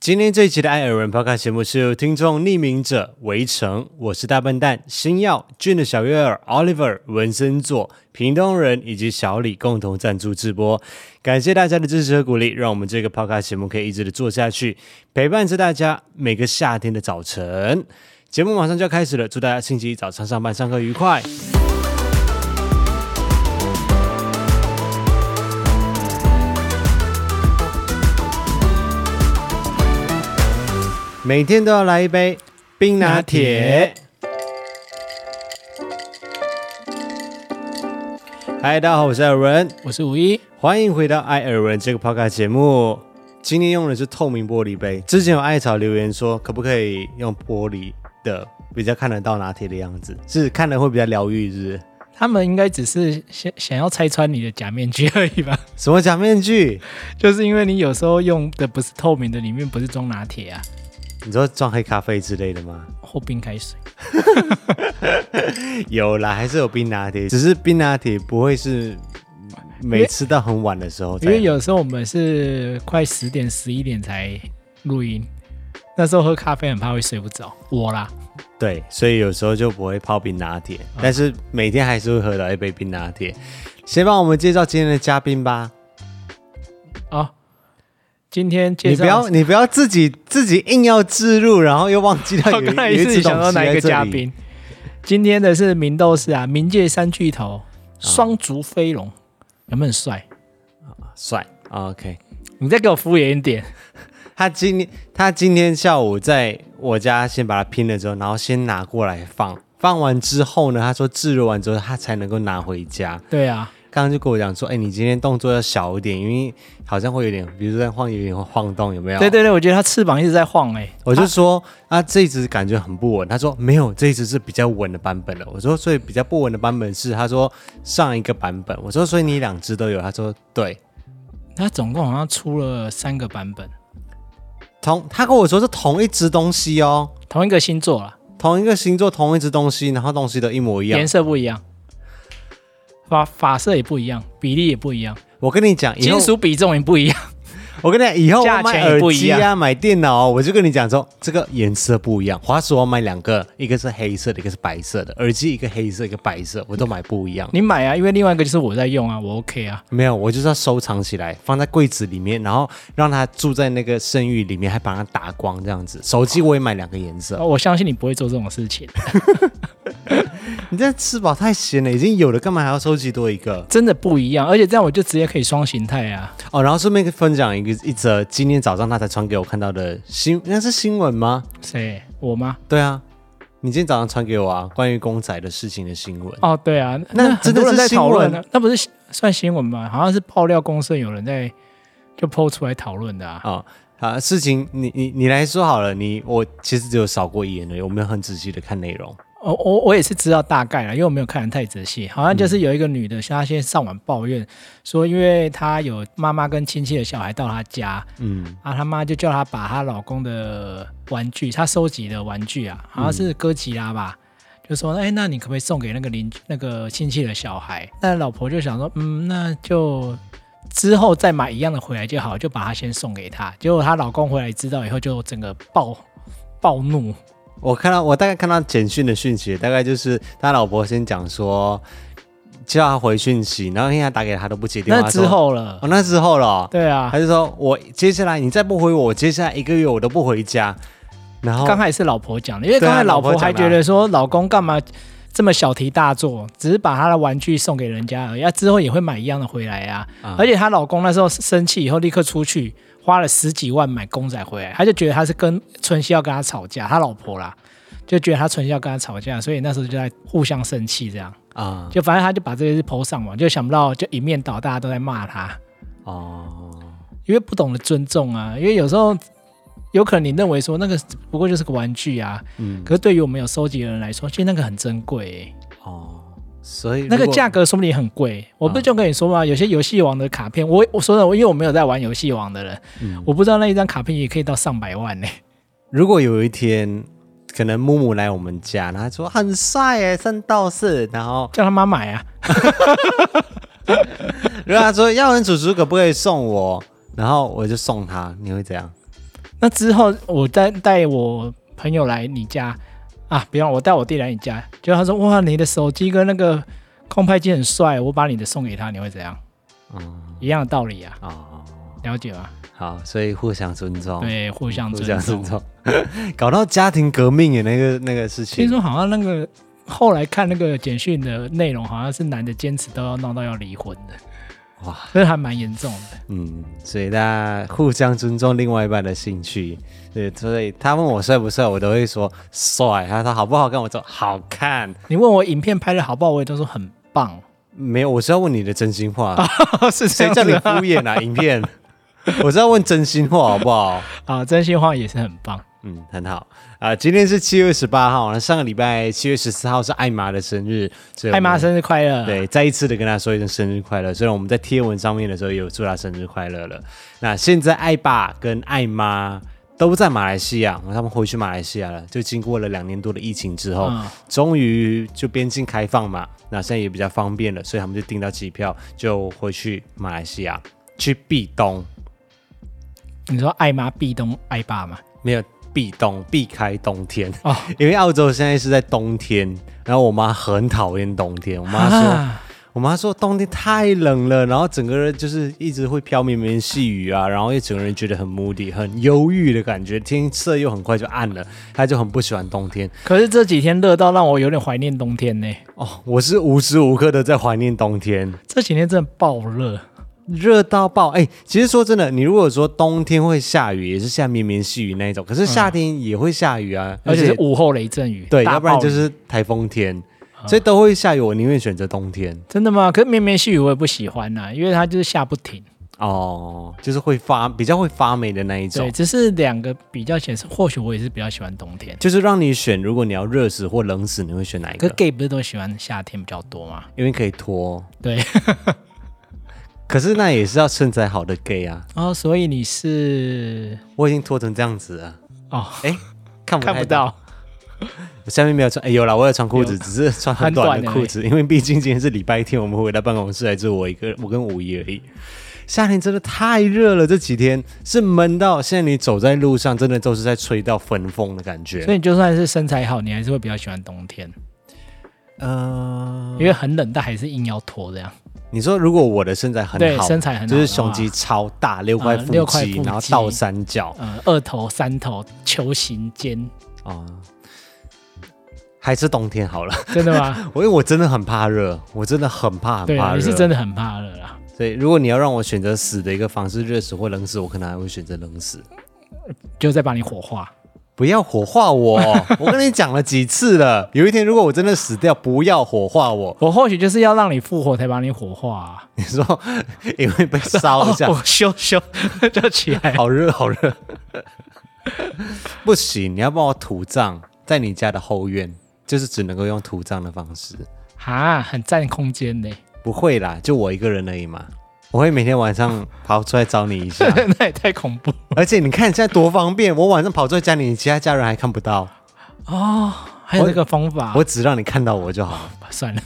今天这一期的《爱尔文 Podcast》节目是由听众匿名者围城，我是大笨蛋星耀俊的小月儿 Oliver 文森佐屏东人以及小李共同赞助直播，感谢大家的支持和鼓励，让我们这个 Podcast 节目可以一直的做下去，陪伴着大家每个夏天的早晨。节目马上就要开始了，祝大家星期一早上上班上课愉快。每天都要来一杯冰拿铁。嗨，大家好，我是艾尔文，我是五一，欢迎回到艾尔文这个 podcast 节目。今天用的是透明玻璃杯，之前有艾草留言说，可不可以用玻璃的，比较看得到拿铁的样子，是看了会比较疗愈，是不是？他们应该只是想想要拆穿你的假面具而已吧？ 什么假面具？就是因为你有时候用的不是透明的，里面不是装拿铁啊，你说装黑咖啡之类的吗？或冰开水。有啦，还是有冰拿铁，只是冰拿铁不会是每次到很晚的时候才因为有时候我们是快十点、十一点才录音，那时候喝咖啡很怕会睡不着，我啦。对，所以有时候就不会泡冰拿铁，嗯但是每天还是会喝到一杯冰拿铁。先帮我们介绍今天的嘉宾吧。哦，今天介你不绍 要，，你不要自己自己硬要置入，然后又忘记掉我有刚有才一自己次想到哪一个嘉宾？今天的是明斗士啊，冥界三巨头，双足飞龙，有没有很帅？帅。OK，你再给我敷衍一点。他今天他今天下午在我家先把它拼了之后，然后先拿过来放，放完之后呢，他说置入完之后他才能够拿回家。对啊，刚刚就跟我讲说，哎、你今天动作要小一点，因为好像会有点，比如说在晃，有点晃动，有没有？对对对，我觉得它翅膀一直在晃哎、我就说啊，这一只感觉很不稳。他说没有，这一只是比较稳的版本了。我说所以比较不稳的版本是，他说上一个版本。我说所以你两只都有。他说对，它总共好像出了三个版本，同他跟我说是同一只东西哦，同一个星座啦，同一个星座，同一只东西，然后东西都一模一样颜。色不一样，发发色也不一样，比例也不一样，我跟你讲，以后金属比重也不一样。我跟你讲，以后我价买钱也耳不一机样啊，买电脑、哦，我就跟你讲说，这个颜色不一样。滑鼠我买两个，一个是黑色的，一个是白色的。耳机一个黑色，一个白色，我都买不一样。 你买啊，因为另外一个就是我在用啊，我 OK 啊。没有，我就是要收藏起来，放在柜子里面，然后让它住在那个圣域里面，还把它打光这样子。手机我也买两个颜色。哦我相信你不会做这种事情，你这吃饱太闲了，已经有了，干嘛还要收集多一个？真的不一样。而且这样我就直接可以双形态啊，哦，然后顺便分享一个一则今天早上他才传给我看到的新，那是新闻吗？谁我吗？对啊，你今天早上传给我啊，关于公仔的事情的新闻。哦，对啊，那很真的多人是在新讨论闻呢，那不是算新闻吗？好像是爆料公社有人在就抛出来讨论的啊。啊啊，事情你你你来说好了，你我其实只有扫过一眼而已，我没有很仔细的看内容。我哦我我也是知道大概了，因为我没有看得太仔细。好嗯像就是有一个女的，她先上网抱怨说，因为她有妈妈跟亲戚的小孩到她家，嗯，啊，她妈就叫她把她老公的玩具，她收集的玩具啊，嗯好像是哥吉拉吧，就说，哎，那你可不可以送给那个邻居那个亲戚的小孩？那老婆就想说，嗯，那就。之后再买一样的回来就好，就把她先送给她。结果她老公回来知道以后，就整个暴暴怒，我看到我大概看到简讯的讯息，大概就是他老婆先讲说叫他回讯息，然后因为他打给他都不接电话，那之说后了，哦那之后了哦，对啊，他就说我接下来你再不回我，我接下来一个月我都不回家。然后刚开始是老婆讲的，因为哦对啊刚才老老婆婆讲还的啊觉得说老公干嘛这么小题大做，只是把他的玩具送给人家而已，啊、之后也会买一样的回来啊。啊而且她老公那时候生气以后立刻出去，花了十几万买公仔回来，他就觉得他是跟春熙要跟他吵架，他老婆啦。就觉得他春熙要跟他吵架，所以那时候就在互相生气，这样啊就反正他就把这些事抛上网，就想不到就一面倒，大家都在骂他。哦，因为不懂得尊重啊，因为有时候有可能你认为说那个只不过就是个玩具啊，嗯可是对于我们有收集的人来说，其实那个很珍贵欸、哦，所以如那个果价格说不定也很贵。我不是就跟你说嘛，有些游戏王的卡片，我我说的，因为我没有在玩游戏王的人，嗯我不知道那一张卡片也可以到上百万呢、 如果有一天，可能木木来我们家，然后他说很帅哎，圣道士，然后叫他妈买啊，如果他说耀文叔叔可不可以送我，然后我就送他，你会怎样？那之后我带带我朋友来你家啊，不用，我带我弟来你家，结果他说哇，你的手机跟那个空拍机很帅，我把你的送给他，你会怎样？嗯，一样的道理啊，哦，了解吗？好，所以互相尊重，，对，互相互尊相重尊。重， 搞到家庭革命耶，那个那个事情，听说好像那个后来看那个简讯的内容，好像是男的坚持都要闹到要离婚的，哇，这还蛮严重的。嗯，所以大家互相尊重另外一半的兴趣。对，所以他问我帅不帅，我都会说帅。他说好不好看，我说好看。你问我影片拍的好不好，我也都说很 棒，没有，我是要问你的真心话。啊是这谁样叫子你的敷衍啊？影片，我是要问真心话，好不好？ 啊，真心话也是很棒。嗯，很好啊、今天是七月十八号，那上个礼拜七月十四号是艾玛的生日，所以我艾们妈生日快 乐！，对，再一次的跟他说一声生日快乐。虽然我们在贴文上面的时候也有祝他生日快乐了。那现在艾爸跟艾妈都在马来西亚，他们回去马来西亚了。就经过了两年多的疫情之后，嗯终于就边境开放嘛，那现在也比较方便了，所以他们就订到机票就回去马来西亚去避冬，你说艾妈壁咚艾爸嘛？没有避冬，避开冬天。哦，因为澳洲现在是在冬天，然后我妈很讨厌冬天，我妈 说。啊我妈说冬天太冷了，然后整个人就是一直会飘绵绵细雨啊，然后又整个人觉得很 moody、很忧郁的感觉，天色又很快就暗了，她就很不喜欢冬天。可是这几天热到让我有点怀念冬天呢。哦，我是无时无刻的在怀念冬天，这几天真的爆热，热到爆。哎，其实说真的，你如果说冬天会下雨，也是下绵绵细雨那一种，可是夏天也会下雨啊，而且是午后雷阵雨，对，大要不然暴雨就是台风天，所以都会下雨。我宁愿选择冬天真的吗？可是绵绵细雨我也不喜欢呐、啊因为它就是下不停。哦，就是会发比较会发霉的那一种对，。只是两个比较显示，或许我也是比较喜欢冬天。就是让你选，如果你要热死或冷死，你会选哪一可个是？gay 不是都喜欢夏天比较多吗？因为可以拖， 对，可是那也是要身材好的 gay 啊！然后所以你是我已经拖成这样子了，哦看不看太不。到，我下面没有穿，哎，有啦，我有穿裤子，有只是穿很很短的短而裤子，因为毕竟今天是礼拜天，我们回到办公室来只有我一个，我跟五一而已。夏天真的太热了，这几天是闷到现在，你走在路上真的都是在吹到风风的感觉所。以你就算是身材好，你还是会比较喜欢冬天，呃，因为很冷，但还是硬要脱这样。你说如果我的身材很对，好，身材很好就是的话胸肌，超大，六块啊六块腹肌，然后肌倒三角，呃，二头、三头、球形肩，哦，还是冬天好了。 真的吗？我因为我真的很怕热，我真的很怕很对怕啊，热。你是真的很怕热啊啦。所以如果你要让我选择死的一个方式，热死或冷死，我可能还会选择冷死。就再把你火化，不要火化 我！我跟你讲了几次了，有一天如果我真的死掉，不要火化我。 我或许就是要让你复活才把你火化、啊。你说，因为被烧一 下，哦我羞羞就起来了，好热好热。 不行，你要帮我土葬在你家的后院，就是只能够用土葬的方式。哈，很占空间呢、不会啦，就我一个人而已嘛。我会每天晚上跑出来找你一 下，那也太恐怖而且你看现在多方便，我晚上跑出来家里，你其他家人还看不到，哦。还有这个方法，我只让你看到我就好了。算了，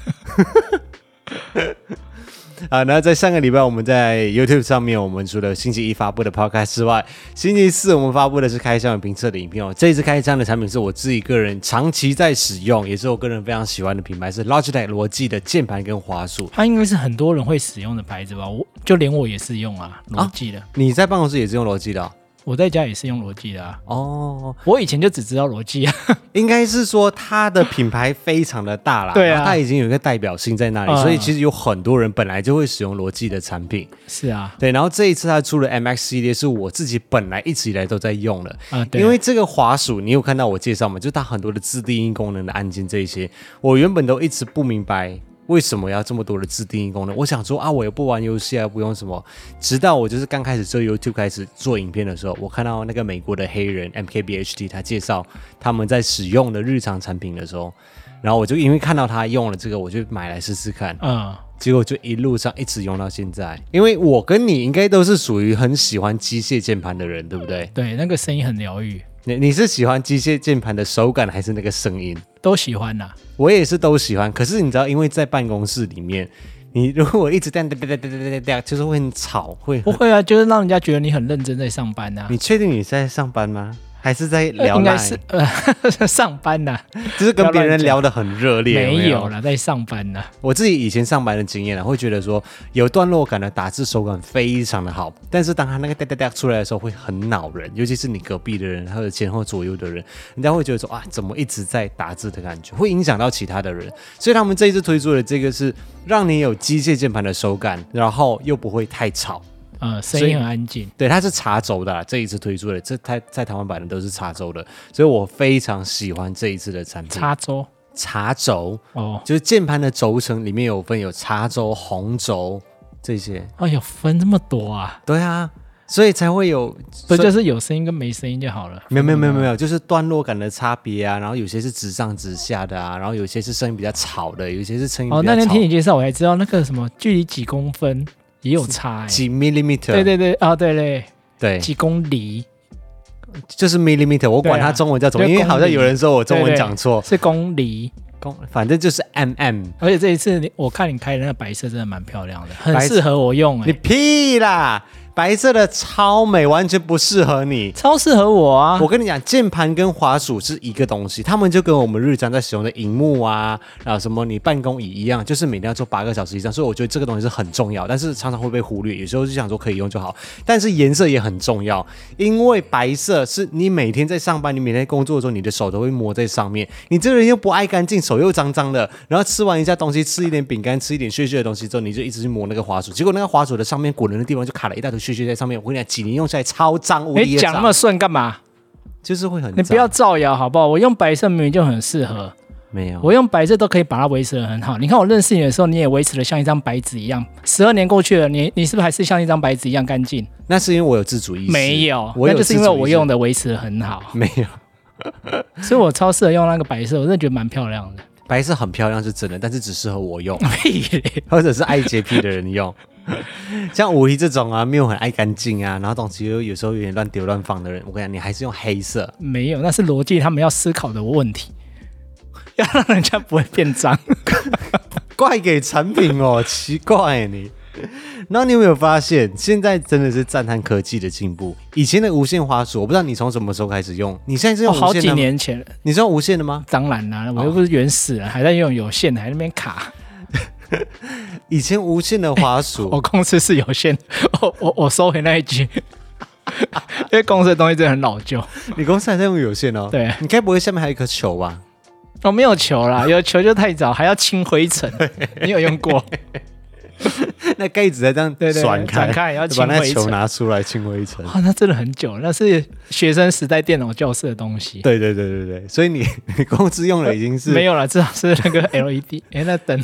啊，然后在上个礼拜，我们在 YouTube 上面，我们除了星期一发布的 Podcast 之外，星期四我们发布的是开箱与评测的影片哦。这一次开箱的产品是我自己个人长期在使用，也是我个人非常喜欢的品牌，是 Logitech 罗技的键盘跟滑鼠。 它应该是很多人会使用的牌子吧？我就连我也是用啊，罗技的，你在办公室也是用罗技的哦我在家也是用罗技的啊。哦，我以前就只知道罗技啊， 应该是说它的品牌非常的大啦，对啊然后它已经有一个代表性在那里，嗯所以其实有很多人本来就会使用罗技的产品。是啊，对，然后这一次它出了 MX 系列，是我自己本来一直以来都在用的。啊、对，因为这个滑鼠，你有看到我介绍吗？就它很多的自定义功能的按键这一些，我原本都一直不明白为什么要这么多的自定义功能。我想说啊，我又不玩游戏啊，不用什么。直到我就是刚开始做 YouTube 开始做影片的时候，我看到那个美国的黑人 MKBHD 他介绍他们在使用的日常产品的时候，然后我就因为看到他用了这个，我就买来试试看。嗯，结果就一路上一直用到现在。因为我跟你应该都是属于很喜欢机械键盘的人，对不对？对，那个声音很疗愈，你你是喜欢机械键盘的手感还是那个声音？都喜欢呐、啊我也是都喜欢，可是你知道，因为在办公室里面，你如果一直这样哒哒哒哒哒哒哒，就是会很吵，会不很。会啊，就是让人家觉得你很认真在上班呐、 啊你。确定你是在上班吗？还是在聊？应该是，呃 上班呐、就是跟别不要人乱讲聊得很热烈。没有有啦，在上班啊呐、我自己以前上班的经验啊，会觉得说有段落感的打字手感非常的好，但是当他那个哒哒哒出来的时候，会很恼人，尤其是你隔壁的人或者前后左右的人，人家会觉得说啊，怎么一直在打字的感觉，会影响到其他的人。所以他们这一次推出的这个是让你有机械键盘的手感，然后又不会太吵。呃，所声以音很安静。对，它是茶轴的啦，这一次推出的，这台在台湾版的都是茶轴的，所以我非常喜欢这一次的产品。插周茶轴哦，就是键盘的轴承里面有分有茶轴、红轴这些。哎呦，分这么多啊，对啊，所以才会有，所不以就是有声音跟没声音就好了？没有没有没有没有，就是段落感的差别啊，然后有些是直上直下的啊，然后有些是声音比较吵的，有些是声音哦，比那较天吵。听你介绍，我才知道那个什么距离几公分也有差哎、几 millimeter？对对对，啊对对，对几公里就是 millimeter，我管对啊它中文叫什么，就因为公好像有里人说我中对文对讲错，是公里，公反正就是 mm。而且这一次你我看你开的那个白色真的蛮漂亮的，很白色适合我用哎、你屁啦！白色的超美，完全不适合你。超适合我啊！我跟你讲，键盘跟滑鼠是一个东西，它们就跟我们日常在使用的荧幕啊，然后什么你办公椅一样，就是每天要做八个小时以上，所以我觉得这个东西是很重要，但是常常会被忽略。有时候就想说可以用就好，但是颜色也很重要，因为白色是你每天在上班，你每天工作的时候，你的手都会摸在上面，你这个人又不爱干净，手又脏脏的，然后吃完一下东西，吃一点饼干，吃一点屑屑的东西之后，你就一直去摸那个滑鼠，结果那个滑鼠的上面滚轮的地方就卡了一大堆屑屑在上面。我跟你讲，几年用下来超脏，无敌你的哎讲那脏么顺干嘛？就是会很你不脏要造谣好不好？我用白色明明就很适合，没有我用白色都可以把它维持得很好。你看我认识你的时候，你也维持得像一张白纸一样。十二年过去了，你你是不是还是像一张白纸一样干净？那是因为我有自主意识，没有，我那有就是因为我用的的维持得很好，没有。所以我超适合用那个白色，我真的觉得蛮漂亮的。白色很漂亮是真的，但是只适合我 用，屁咧或者是爱洁癖的人用。 像五一这种啊，没有很爱干净啊，然后东西又有时候有点乱丢乱放的人，我跟你讲，你还是用黑色。没有，那是逻辑他们要思考的问题， 要让人家不会变脏。怪给产品哦，奇怪你。然后你有没有发现，现在真的是赞叹科技的进步？以前的无线滑鼠，我不知道你从什么时候开始用，你现在是我 用哦好无线的几吗？哦年前，你是用无线的吗？当然啦、我又不是原始人，还在用有线的，还在那边卡。以前无线的滑 鼠， 我公司是有限，我我我收回那一句， 因为公司的东西真的很老旧。你公司还在用有线哦？对你该不会下面还有一颗球吧？我、哦没有球啦，有球就太早，还要清灰尘。你有用过？ 那盖子再这样对对转开，转开要把清那灰球尘。拿出来清灰尘。哦哇，那真的很久了，那是学生时代电脑教室的东西。对对对对对，所以你你公司用的已经是没有了，至少是那个 LED，哎、那 灯，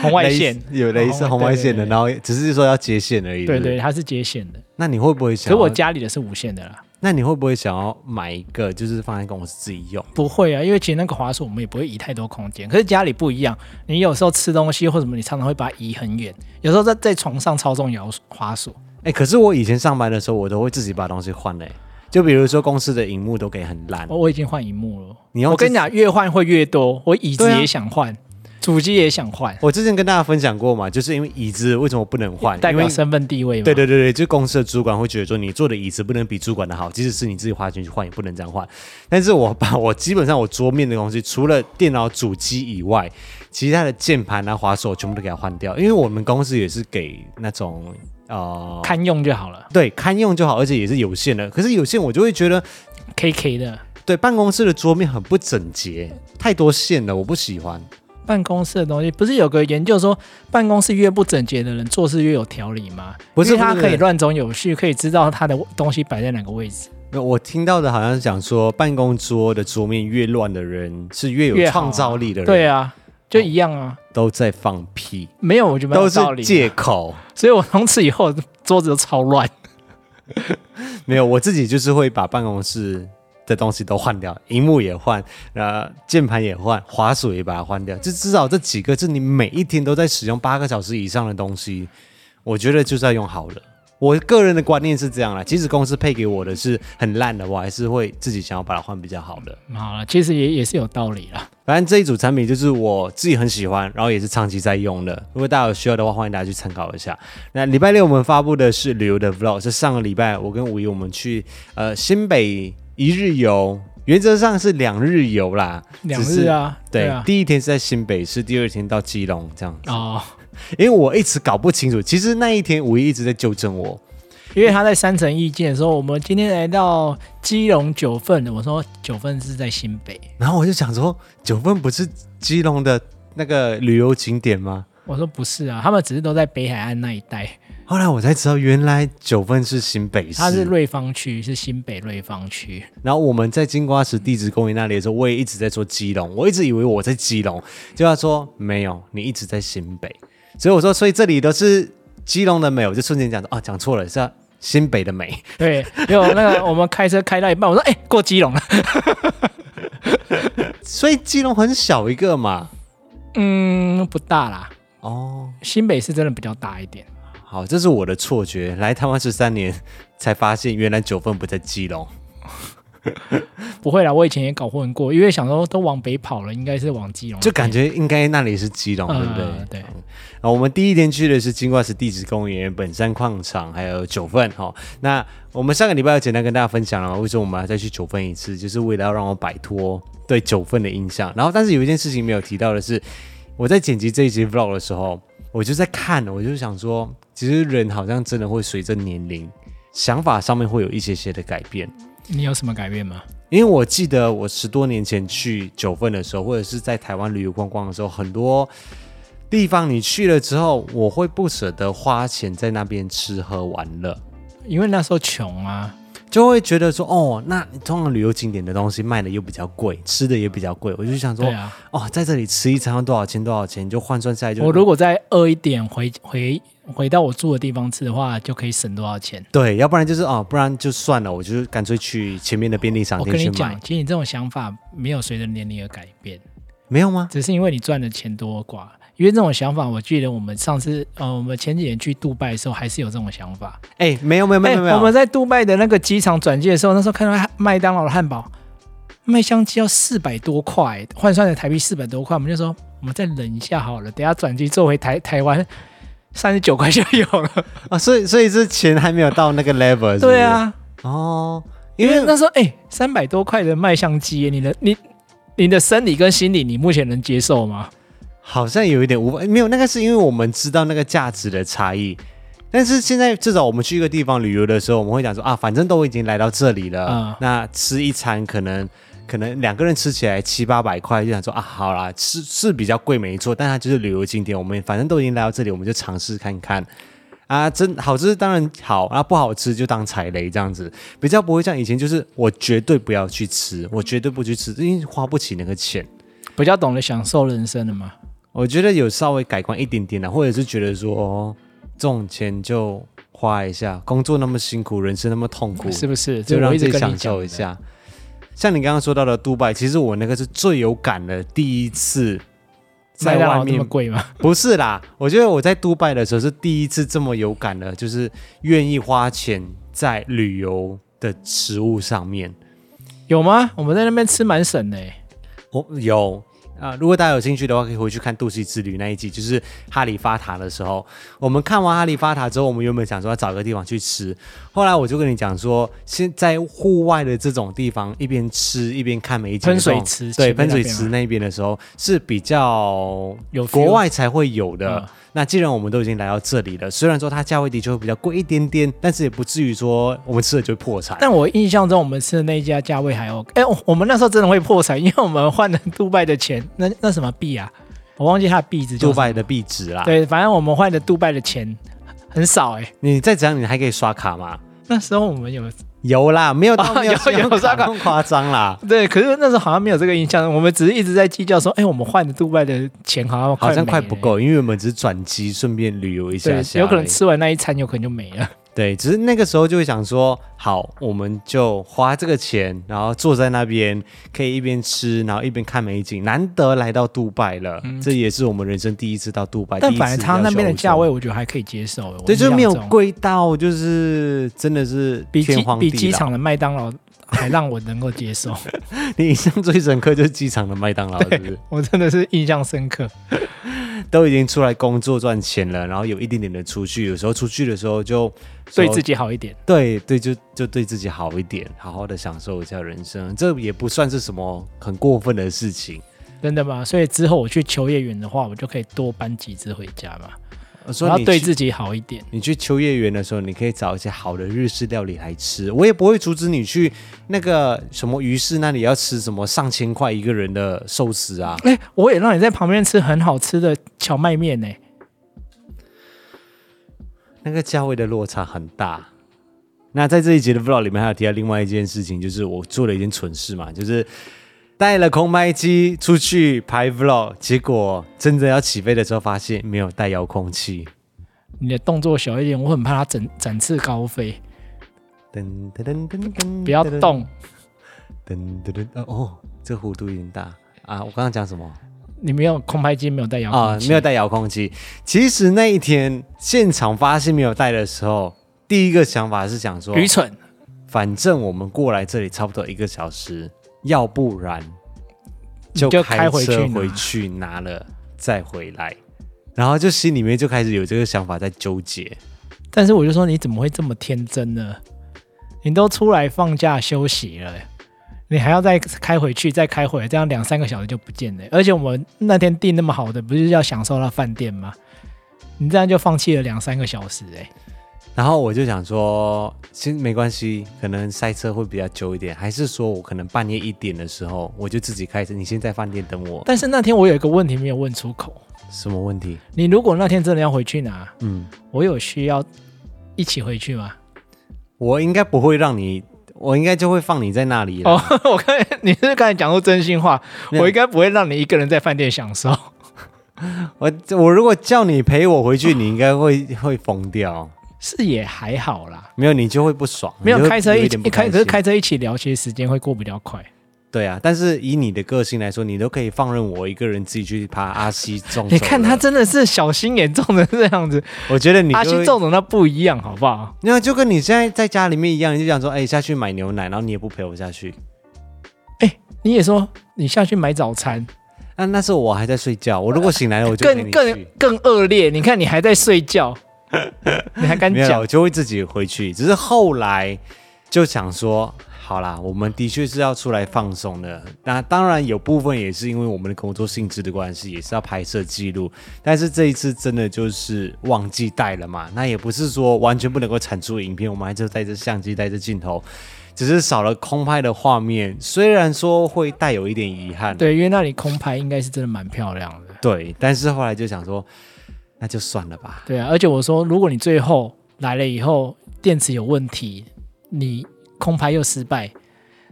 红外雷线，有雷是红红外线的，对对对然后只是说要接线而已。对是不是对，。它是接线的。那你会不会可想是要？我家里的是无线的啦。那你会不会想要买一个，就是放在公司自己用？不会啊，因为其实那个滑鼠我们也不会移太多空间，可是家里不一样，你有时候吃东西或什么，你常常会把它移很远，有时候在在床上操纵摇滑鼠，哎，可是我以前上班的时候，我都会自己把东西换嘞。就比如说公司的荧幕都给很烂，我我已经换荧幕了。你要我跟自你讲，越换会越多，我椅子对啊也想换，主机也想换，我之前跟大家分享过嘛，就是因为椅子为什么不能换？代因为表身份地位嘛。对对对对，就公司的主管会觉得说，你坐的椅子不能比主管的好，即使是你自己花钱去换，也不能这样换。但是我把我基本上我桌面的东西，除了电脑主机以外，其他的键盘啊、滑手全部都给它换掉，因为我们公司也是给那种呃。堪用就好了对，堪用就好，而且也是有限的。可是有限，我就会觉得， ，K K 的。对办公室的桌面很不整洁，太多线了，我不喜欢。办公室的东西，不是有个研究说，办公室越不整洁的人做事越有条理吗？不是因为他不是可以乱中有序，可以知道他的东西摆在哪个位置。没有我听到的好像是讲说，办公桌的桌面越乱的人，是越越有好啊创造力的人。对啊，就一样啊，都在放屁，没有我觉得蛮都有是道理的。啊借口。所以我从此以后桌子都超乱。没有，我自己就是会把办公室的东西都换掉，荧幕也换，呃，键盘也换，滑鼠也把它换掉。就至少这几个是你每一天都在使用八个小时以上的东西，我觉得就是要用好了。我个人的观念是这样啦，即使公司配给我的是很烂的，我还是会自己想要把它换比较好的。好了，其实也也是有道理啦。反正这一组产品就是我自己很喜欢，然后也是长期在用的。如果大家有需要的话，欢迎大家去参考一下。那礼拜六我们发布的是旅游的 vlog，是上个礼拜我跟五一我们去呃新北一日游，原则上是两日游啦，两只是日啊，对，啊，第一天是在新北市，第二天到基隆这样。哦，因为我一直搞不清楚，其实那一天五一一直在纠正我，因为他在三城意见的时候，我们今天来到基隆九份，我说九份是在新北，然后我就想说，九份不是基隆的那个旅游景点吗？我说不是啊，他们只是都在北海岸那一带，后来我才知道，原来九份是新北市。它是瑞芳区，是新北瑞芳区，然后我们在金瓜石地质公园那里的时候，我也一直在说基隆，我一直以为我在基隆，结果他说没有，你一直在新北。所以我说，所以这里都是基隆的美，我就瞬间讲说啊，讲错了，是啊新北的美。对，有那个我们开车开到一半，我说哎、过基隆了， 所以基隆很小一个嘛。嗯，不大啦，哦，新北市真的比较大一点。好，这是我的错觉。来台湾十三年，才发现原来九份不在基隆。不会啦，我以前也搞混过，因为想说都往北跑了，应该是往基隆那边，就感觉应该那里是基隆，嗯对不对？对嗯。啊，我们第一天去的是金瓜石地质公园、本山矿场，还有九份哈、哦。那我们上个礼拜有简单跟大家分享了，为什么我们要再去九份一次，就是为了要让我摆脱对九份的印象。然后，但是有一件事情没有提到的是，我在剪辑这一集 vlog 的时候，我就在看，我就想说，其实人好像真的会随着年龄、想法上面会有一些些的改变。你有什么改变吗？因为我记得我十多年前去九份的时候，或者是在台湾旅游观光的时候，很多地方你去了之后，我会不舍得花钱在那边吃喝玩乐，因为那时候穷啊，就会觉得说，哦，那通常旅游景点的东西卖的又比较贵，吃的也比较贵，我就想说，对啊，哦，在这里吃一餐要多少钱？多少钱？你就换算下来就哦我如果再饿一点，回回回到我住的地方吃的话，就可以省多少钱。对，要不然就是哦，不然就算了，我就哦干脆去前面的便利商我店跟去你买讲，，其实你这种想法没有随着年龄而改变，没有吗？只是因为你赚的钱多寡。因为这种想法，我记得我们上次，呃，我们前几年去杜拜的时候，还是有这种想法。哎，没有没有没哎，有没有， 我们在杜拜的那个机场转机的时候，那时候看到汉麦当劳的汉堡，麦香鸡要四百多块，换算成台币四百多块，我们就说我们再忍一下好了，等下转机坐回台台湾。三十九块就有了，啊，所以所以这钱还没有到那个 level，是不是 对。啊，哦，因因为为那时候哎，三百多块的麦香鸡，你的你你的生理跟心理，你目前能接受吗？好像有一点无法，没有那个是因为我们知道那个价值的差异。但是现在至少我们去一个地方旅游的时候，我们会讲说啊，反正都已经来到这里了，嗯那吃一餐可能可能两个人吃起来七八百块，就想说啊，好啦，是是比较贵没错，但它就是旅游景点，我们反正都已经来到这里，我们就尝试看看。啊，真好吃当然好，啊不好吃就当踩雷这样子，比较不会像以前，就是我绝对不要去吃，我绝对不去吃，因为花不起那个钱。比较懂得享受人生了嘛。我觉得有稍微改观一点点啦，或者是觉得说，哦，这种钱就花一下，工作那么辛苦，人生那么痛苦，是不是？就这我让一自直己跟享你讲受的一。下。像你刚刚说到的杜拜，其实我那个是最有感的第一次在麦当外劳这么面，贵吗？ 不是啦，我觉得我在杜拜的时候是第一次这么有感的，就是愿意花钱在旅游的食物上面。有吗？我们在那边吃蛮省的、欸。我有啊、如果大家有兴趣的话，可以回去看《杜西之旅》那一集，就是哈利法塔的时候。我们看完哈利法塔之后，我们原本想说要找个地方去吃，后来我就跟你讲说，现在户外的这种地方，一边吃一边看美景的喷这种，水池对前面喷水那边池吗那边的时候是比较呃有 feel 国外才会有的。嗯那既然我们都已经来到这里了，虽然说它价位的确会比较贵一点点，但是也不至于说我们吃了就会破产。但我印象中，我们吃的那一家价位还 OK。哎、我我们那时候真的会破产，因为我们换了 杜拜的钱，那那什么币啊，我忘记它的币值叫什杜么。拜的啊壁纸啦，对，反正我们换的杜拜的钱很少哎、你再怎样你还可以刷卡嘛。那时候我们 有有 啦，没有到啊没有有信用有卡刷卡那么夸张 啦，对，可是那时候好像没有这个印象，我们只是一直在计较说，哎、我们换的杜拜的钱好像好像没快了不。够，因为我们只是转机，顺便旅游一下对下，有可能吃完那一餐，有可能就没了。对，只是那个时候就会想说，好，我们就花这个钱，然后坐在那边可以一边吃，然后一边看美景，难得来到杜拜了，这也是我们人生第一次到杜拜。嗯但第一反次正它要那去边的欧洲价位，，我觉得还可以接受。欸我对，印就没有象中贵到就是真的是比天机荒地比老机场的麦当劳还让我能够接受。 你印象最深刻就是机场的麦当劳，是不是？我真的是印象深刻。都已经出来工作赚钱了，然后有一点点的储蓄，有时候出去的时候就对自己好一点，对对，就就对自己好一点，好好的享受一下人生，这也不算是什么很过分的事情。真的吗？所以之后我去秋叶原的话，我就可以多搬几次回家嘛，呃所我以要你对去自己好一点。你去秋叶原的时候，你可以找一些好的日式料理来吃，我也不会阻止你去那个什么鱼市那里要吃什么上千块一个人的寿司啊。哎、我也让你在旁边吃很好吃的荞麦面呢、那个价位的落差很大。那在这一节的 vlog 里面还有提到另外一件事情，就是我做了一件蠢事嘛，就是带了空拍机出去拍 vlog，结果真的要起飞的时候发现没有带遥控器。你的动作小一点，我很怕它展展翅高飞，噔噔噔噔噔，不要。动。噔噔噔，哦哦，这弧度有点大啊！我刚刚讲什么？你没有空拍机，没有带遥啊控，器，没有带遥控器。其实那一天现场发现没有带的时候，第一个想法是想说，愚蠢。反正我们过来这里差不多一个小时，要不然你就开开回去车拿回去拿了再回来，然后就心里面就开始有这个想法在纠结。但是我就说你怎么会这么天真呢？你都出来放假休息了，你还要再开回去，再开回来，这样两三个小时就不见了。而且我们那天订那么好的，不是要享受到饭店吗？你这样就放弃了两三个小时、欸，哎，然后我就想说，先没关系，可能塞车会比较久一点，还是说我可能半夜一点的时候，我就自己开车，你先在饭店等我。但是那天我有一个问题没有问出口，什么问题？你如果那天真的要回去拿，嗯，我有需要一起回去吗？我应该不会让你，我应该就会放你在那里了。哦， 我看你是刚才讲出真心话，没有我应该不会让你一个人在饭店享受。 我我如果叫你陪我回去，你应该会会疯掉。是也还好啦，没有你就会不爽，没你有就开车有一起点一不开，开可是心开车一起聊，其实时间会过比较快。对啊，但是以你的个性来说，你都可以放任我一个人自己去爬阿西纵。你看他，真的是小心眼重成这样子，我觉得你阿就西会，重的那不一样，好不好？那就跟你现在在家里面一样，你就想说，哎，下去买牛奶，然后你也不陪我下去。哎你也说你下去买早餐，那那时候我还在睡觉，我如果醒来了，我就陪更你更去。更恶劣。你看你还在 睡觉，你还敢没有啦，讲？我就会自己回去。只是后来就想说，好啦，我们的确是要出来放松的。那当然有部分也是因为我们的工作性质的关系，也是要拍摄记录。但是这一次真的就是忘记带了嘛，那也不是说完全不能够产出影片，我们还是带着相机、带着镜头，只是少了空拍的画面。虽然说会带有一点遗憾，对，因为那里空拍应该是真的蛮漂亮的。对，但是后来就想说，那就算了吧。对啊，而且我说，如果你最后来了以后电池有问题，你空拍又失败，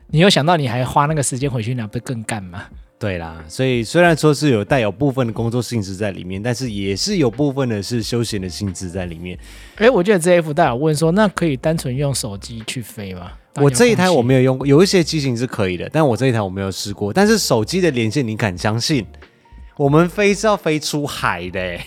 你又想到你还花那个时间回去拿，不是更干吗？对啦，所以虽然说是有带有部分的工作性质在里面，但是也是有部分的是休闲的性质在里面。哎，我记得 ZF 大有问说，那可以单纯用手机去飞吗？我这一台我们没有用过，有一些机型是可以的，但我这一台我没有试过。但是手机的连线，你敢相信？我们飞是要飞出海的、欸，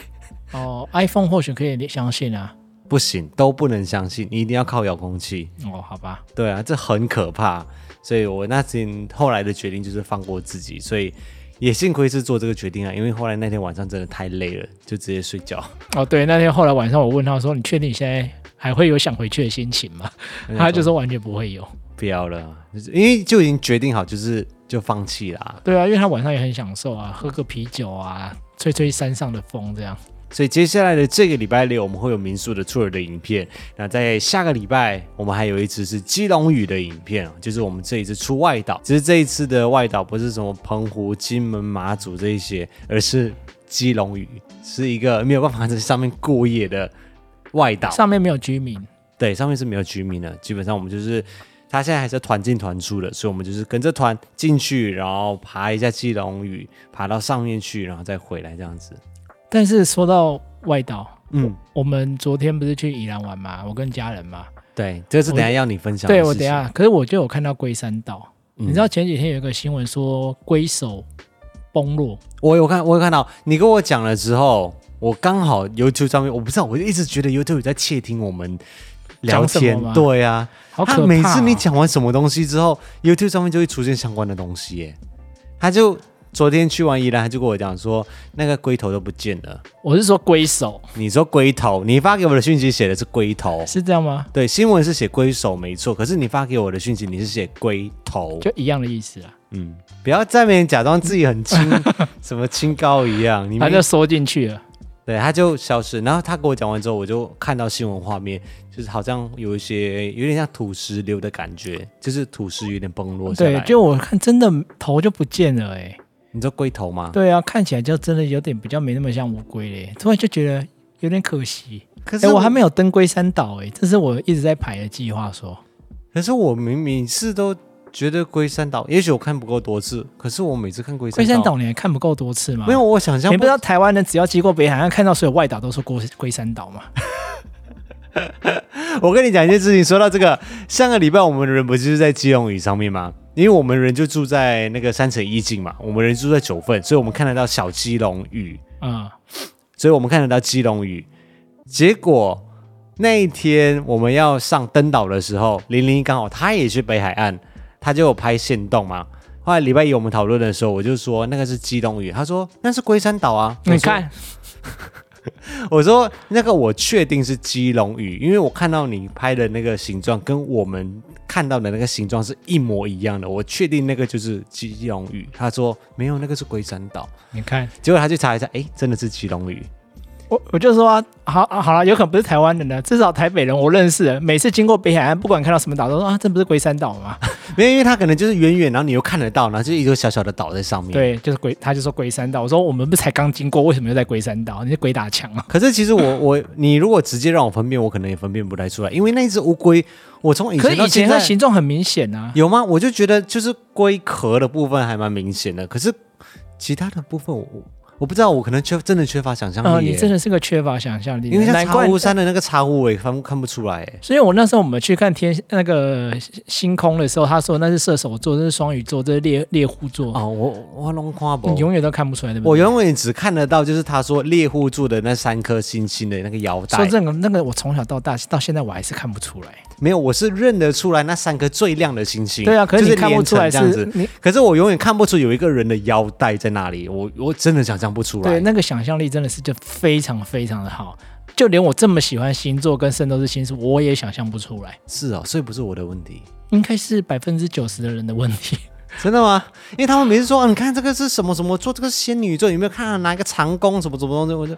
哦，iPhone 或许可以相信啊。不行，都不能相信，你一定要靠遥控器。哦，好吧，对啊，这很可怕。所以我那天后来的决定就是放过自己，所以也幸亏是做这个决定啊，因为后来那天晚上真的太累了，就直接睡觉。哦对，那天后来晚上我问他说，你确定你现在还会有想回去的心情吗？他就说完全不会有。不要了，就是因为就已经决定好，就是就放弃啦。对啊，因为他晚上也很享受啊，喝个啤酒啊，吹吹山上的风这样。所以接下来的这个礼拜六，我们会有民宿的 tour 的影片。那在下个礼拜，我们还有一支是基隆屿的影片啊，就是我们这一次出外岛。只是这一次的外岛不是什么澎湖、金门、马祖这一些，而是基隆屿，是一个没有办法在上面过夜的外岛。上面没有居民，对，上面是没有居民的，基本上我们就是他现在还是团进团出的，所以我们就是跟着团进去，然后爬一下基隆屿，爬到上面去，然后再回来这样子。但是说到外岛，嗯，我们昨天不是去宜兰玩嘛，我跟家人嘛，对，这是等一下要你分享的对我事等一情下，可是我就有看到龟山岛，嗯你知道前几天有一个新闻说龟首崩落，我有看，我有看到你跟我讲了之后，我刚好 YouTube 上面，我不知道，我就一直觉得 YouTube 在窃听我们聊讲什么天吗，对啊，好可他怕哦、每次你讲完什么东西之后，YouTube 上面就会出现相关的东西耶。他就昨天去完宜兰，他就跟我讲说，那个龟头都不见了。我是说龟手你说龟头，你发给我的讯息写的是龟头，是这样吗？对，新闻是写龟手没错，可是你发给我的讯息你是写龟头，就一样的意思啊，嗯，不要在那边假装自己很清，什么清高一样，你他们就缩进去了。对，他就消失。然后他跟我讲完之后，我就看到新闻画面，就是好像有一些有点像土石流的感觉，就是土石有点崩落下来。对，就我看真的头就不见了哎、你知道龟头吗？对啊，看起来就真的有点比较没那么像乌龟嘞，突然就觉得有点可惜。可哎、我还没有登龟山岛哎、这是我一直在排的计划说。可是我明明是都觉得龟山岛，也许我看不够多次，可是我每次看龟山龟山岛你还看不够多次吗？没有，我想象你不知道台湾人只要经过北海岸，看到所有外岛都是龟龟山岛 吗？我跟你讲一件事情，说到这个，上个礼拜我们人不就是在基隆屿上面吗？因为我们人就住在那个山城一境嘛，我们人住在九份，所以我们看得到小基隆屿，嗯，所以我们看得到基隆屿。结果那一天我们要上登岛的时候，玲玲刚好她也去北海岸，她就有拍线动嘛。后来礼拜一我们讨论的时候，我就说那个是基隆屿，她说那是龟山岛啊。你我说看，我说那个我确定是基隆屿，因为我看到你拍的那个形状跟我们看到的那个形状是一模一样的，我确定那个就是基隆屿。他说没有，那个是龟山岛。你看，结果他去查一下，诶，真的是基隆屿。我我就说啊，好啊好了，有可能不是台湾人的，至少台北人我认识的，每次经过北海岸，不管看到什么岛，都说啊，这不是龟山岛吗？没有，因为它可能就是远远，然后你又看得到，然后就一个小小的岛在上面。。对，就是龟，他就说龟山岛。我说我们不是才刚经过，为什么又在龟山岛？你是鬼打墙啊？可是其实我我你如果直接让我分辨，我可能也分辨不太出来，因为那一只乌龟，我从以可前是到以前现在它形状很明显 啊，有吗？我就觉得就是龟壳的部分还蛮明显的，可是其他的部分我我我不知道，我可能缺真的缺乏想象呃，力耶、你真的是个缺乏想象力的因为人，像难茶怪壶。山的那个茶壶，我也看看不出来、耶所以我那时候我们去看天那个星空的时候，他说那是射手座，这是双鱼座，这是猎猎户座，哦，我我弄看不你。永远都看不出来，对不我对？永远只看得到，就是他说猎户座的那三颗星星的那个腰带说，这个那个，我从小到大到现在我还是看不出来。没有，我是认得出来那三颗最亮的星星。对啊，可就是你是看不出来连成这样是子。你可是我永远看不出有一个人的腰带在那里，我我真的想象不出来。对那个想象力真的是就非常非常的好，就连我这么喜欢星座跟圣斗士星矢，我也想象不出来。是哦，所以不是我的问题，应该是百分之九十的人的问题。 真的吗？因为他们每次说，啊、你看这个是什么什么座，这个是仙女座，有没有看到哪一个长弓什么什么东西，我就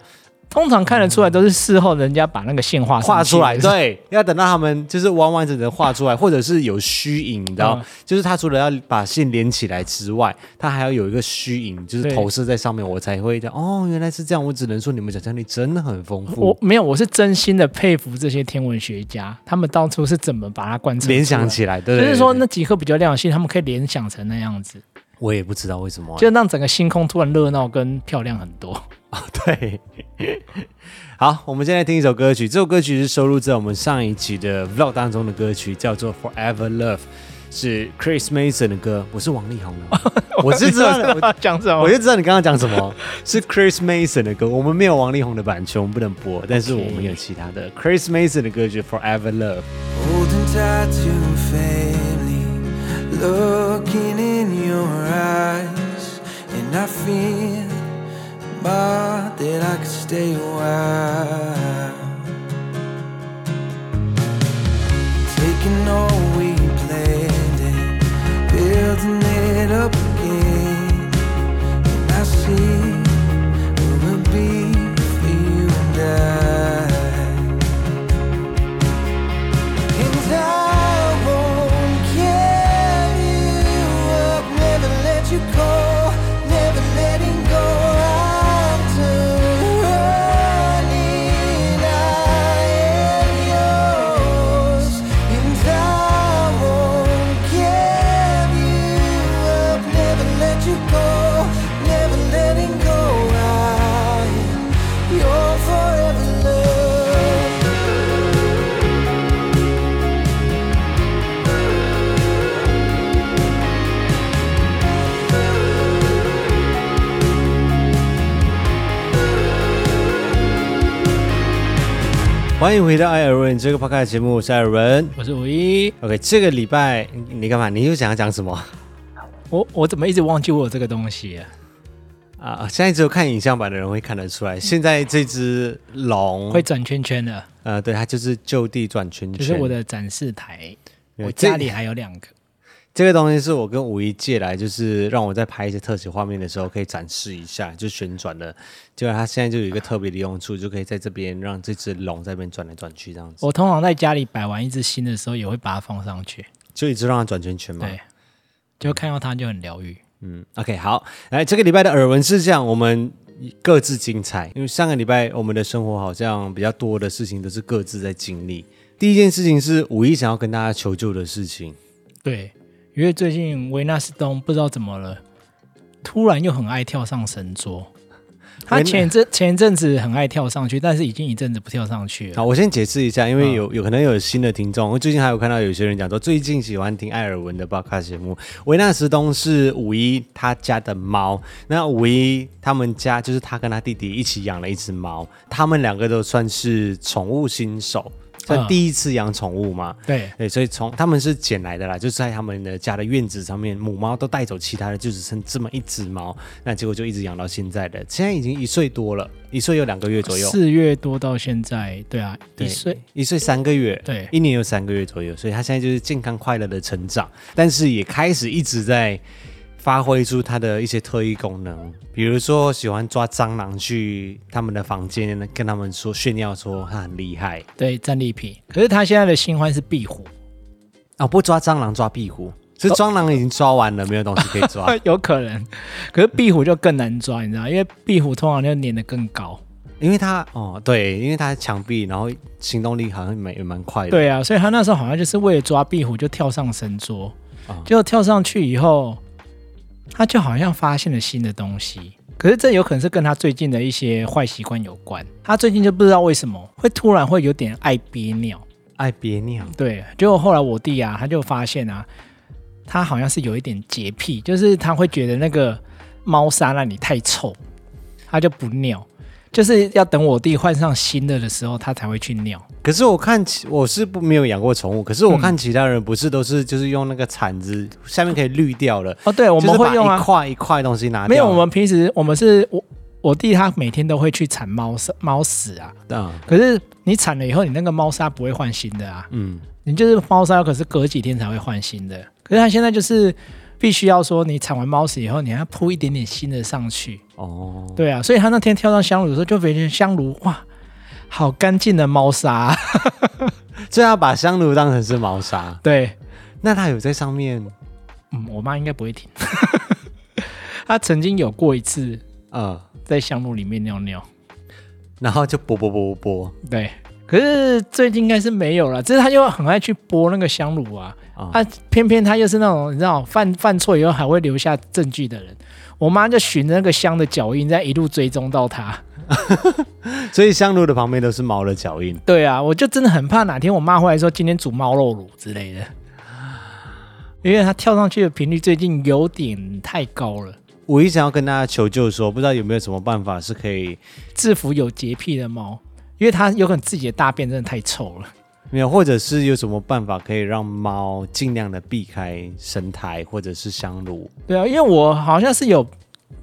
通常看得出来都是事后人家把那个线画上嗯去画出来。，对，要等到他们就是完完整整地画出来，或者是有虚影，你知道，嗯就是他除了要把线连起来之外，他还要有一个虚影，就是对投射在上面，我才会讲哦，原来是这样。我只能说你们想象力真的很丰富。我没有，我是真心的佩服这些天文学家，他们当初是怎么把它贯彻出来联想。起来，对，就对是说，对那几颗比较亮的星，他们可以联想成那样子，我也不知道为什么、啊就让整个星空突然热闹跟漂亮很多。 对，好，我们现在听一首歌曲，这首歌曲是收录在我们上一集的 vlog 当中的歌曲，叫做《Forever Love》，是 Chris Mason 的歌，我是王力 宏的，我是知道 的，他讲什我我就知道你刚刚讲什么，是 Chris Mason 的歌，我们没有王力宏的版权，我们不能播，但是 OK 我们有其他 的 Chris Mason 的歌曲《Forever Love》。 Holding tight to a family, looking in your eyes, and I feel, but that I could stay a while. Taking all we planned and building it up again, and I see what will be for you and I. And I won't carry you up, never let you go, never letting go. I'm turning, I am yours. And I won't carry you up, never 欢迎回到艾尔文这个 podcast 节目，我是艾尔文。我是五一， OK，这个礼拜你你干嘛？你又想要讲什么我我怎么一直忘记我有这个东西啊？啊？现在只有看影像版的人会看得出来，现在这只龙嗯会转圈圈的，呃，对，它就是就地转圈圈。就是我的展示台，对我这家里啊还有两个。这个东西是我跟五一借来，就是让我在拍一些特写画面的时候可以展示一下，就旋转的。结果它现在就有一个特别的用处，就可以在这边让这只龙在这边转来转去，这样子。我通常在家里摆完一只新的时候，也会把它放上去，就一直让它转圈圈嘛。对，就看到它就很疗愈。嗯，OK，好，来这个礼拜的耳闻事项，我们各自精彩，因为上个礼拜我们的生活好像比较多的事情都是各自在经历。第一件事情是五一想要跟大家求救的事情，对，因为最近维纳斯东不知道怎么了，突然又很爱跳上神桌。他维纳前一阵前一阵子很爱跳上去，但是已经一阵子不跳上去了。好，我先解释一下，因为有有可能有新的听众，我最近还有看到有些人讲说，最近喜欢听艾尔文的 podcast 节目。维纳斯东是五一他家的猫，那五一他们家就是他跟他弟弟一起养了一只猫，他们两个都算是宠物新手，算嗯第一次养宠物嘛。对，对，所以从他们是捡来的啦，就是在他们的家的院子上面，母猫都带走，其他的就只剩这么一只猫，那结果就一直养到现在的，现在已经一岁多了，一岁有两个月左右，四月多到现在，对啊，对一岁，一岁三个月，对一年有三个月左右，所以他现在就是健康快乐的成长，但是也开始一直在发挥出他的一些特异功能，比如说喜欢抓蟑螂去他们的房间，跟他们说炫耀说他很厉害对，战利品。可是他现在的新欢是壁虎，，啊、不抓蟑螂抓壁虎，哦是蟑螂已经抓完了，没有东西可以抓 有可能。可是壁虎就更难抓，你知道，因为壁虎通常就粘得更高。因为他哦对，因为他墙壁，然后行动力好像蛮也蛮快的，，对啊，所以他那时候好像就是为了抓壁虎就跳上神桌啊，结果跳上去以后，他就好像发现了新的东西。可是这有可能是跟他最近的一些坏习惯有关。他最近就不知道为什么会突然会有点爱憋尿。爱憋尿，对，结果后来我弟啊，他就发现啊，他好像是有一点洁癖，就是他会觉得那个猫砂那里太臭，他就不尿，就是要等我弟换上新的的时候，他才会去尿。可是我看其我是不没有养过宠物，可是我嗯看其他人不是都是就是用那个铲子下面可以滤掉了，哦，对，我们会用就是把一啊，块一块东西拿掉。没有，我们平时我们是我我弟他每天都会去铲猫砂猫屎啊，嗯可是你铲了以后，你那个猫砂不会换新的啊，嗯，你就是猫砂可是隔几天才会换新的，可是他现在就是。必须要说，你铲完猫屎以后，你还要铺一点点新的上去，哦，对啊，所以他那天跳上香炉的时候，就发现香炉哇，好干净的猫砂啊、 这要把香炉当成是猫砂，对，那它有在上面，嗯，我妈应该不会 听。她曾经有过一次嗯，在香炉里面尿尿，然后就啵啵啵啵啵对，可是最近应该是没有了。只是她就很爱去拨那个香炉啊，啊她偏偏她又是那种你知道犯犯错以后还会留下证据的人。我妈就循着那个香的脚印，在一路追踪到她。所以香炉的旁边都是猫的脚印。对啊，我就真的很怕哪天我妈回来说今天煮猫肉卤之类的，因为她跳上去的频率最近有点太高了。我一直想要跟大家求救说，不知道有没有什么办法是可以制服有洁癖的猫，因为它有可能自己的大便真的太臭了。没有，或者是有什么办法可以让猫尽量的避开神台或者是香炉？对啊，因为我好像是有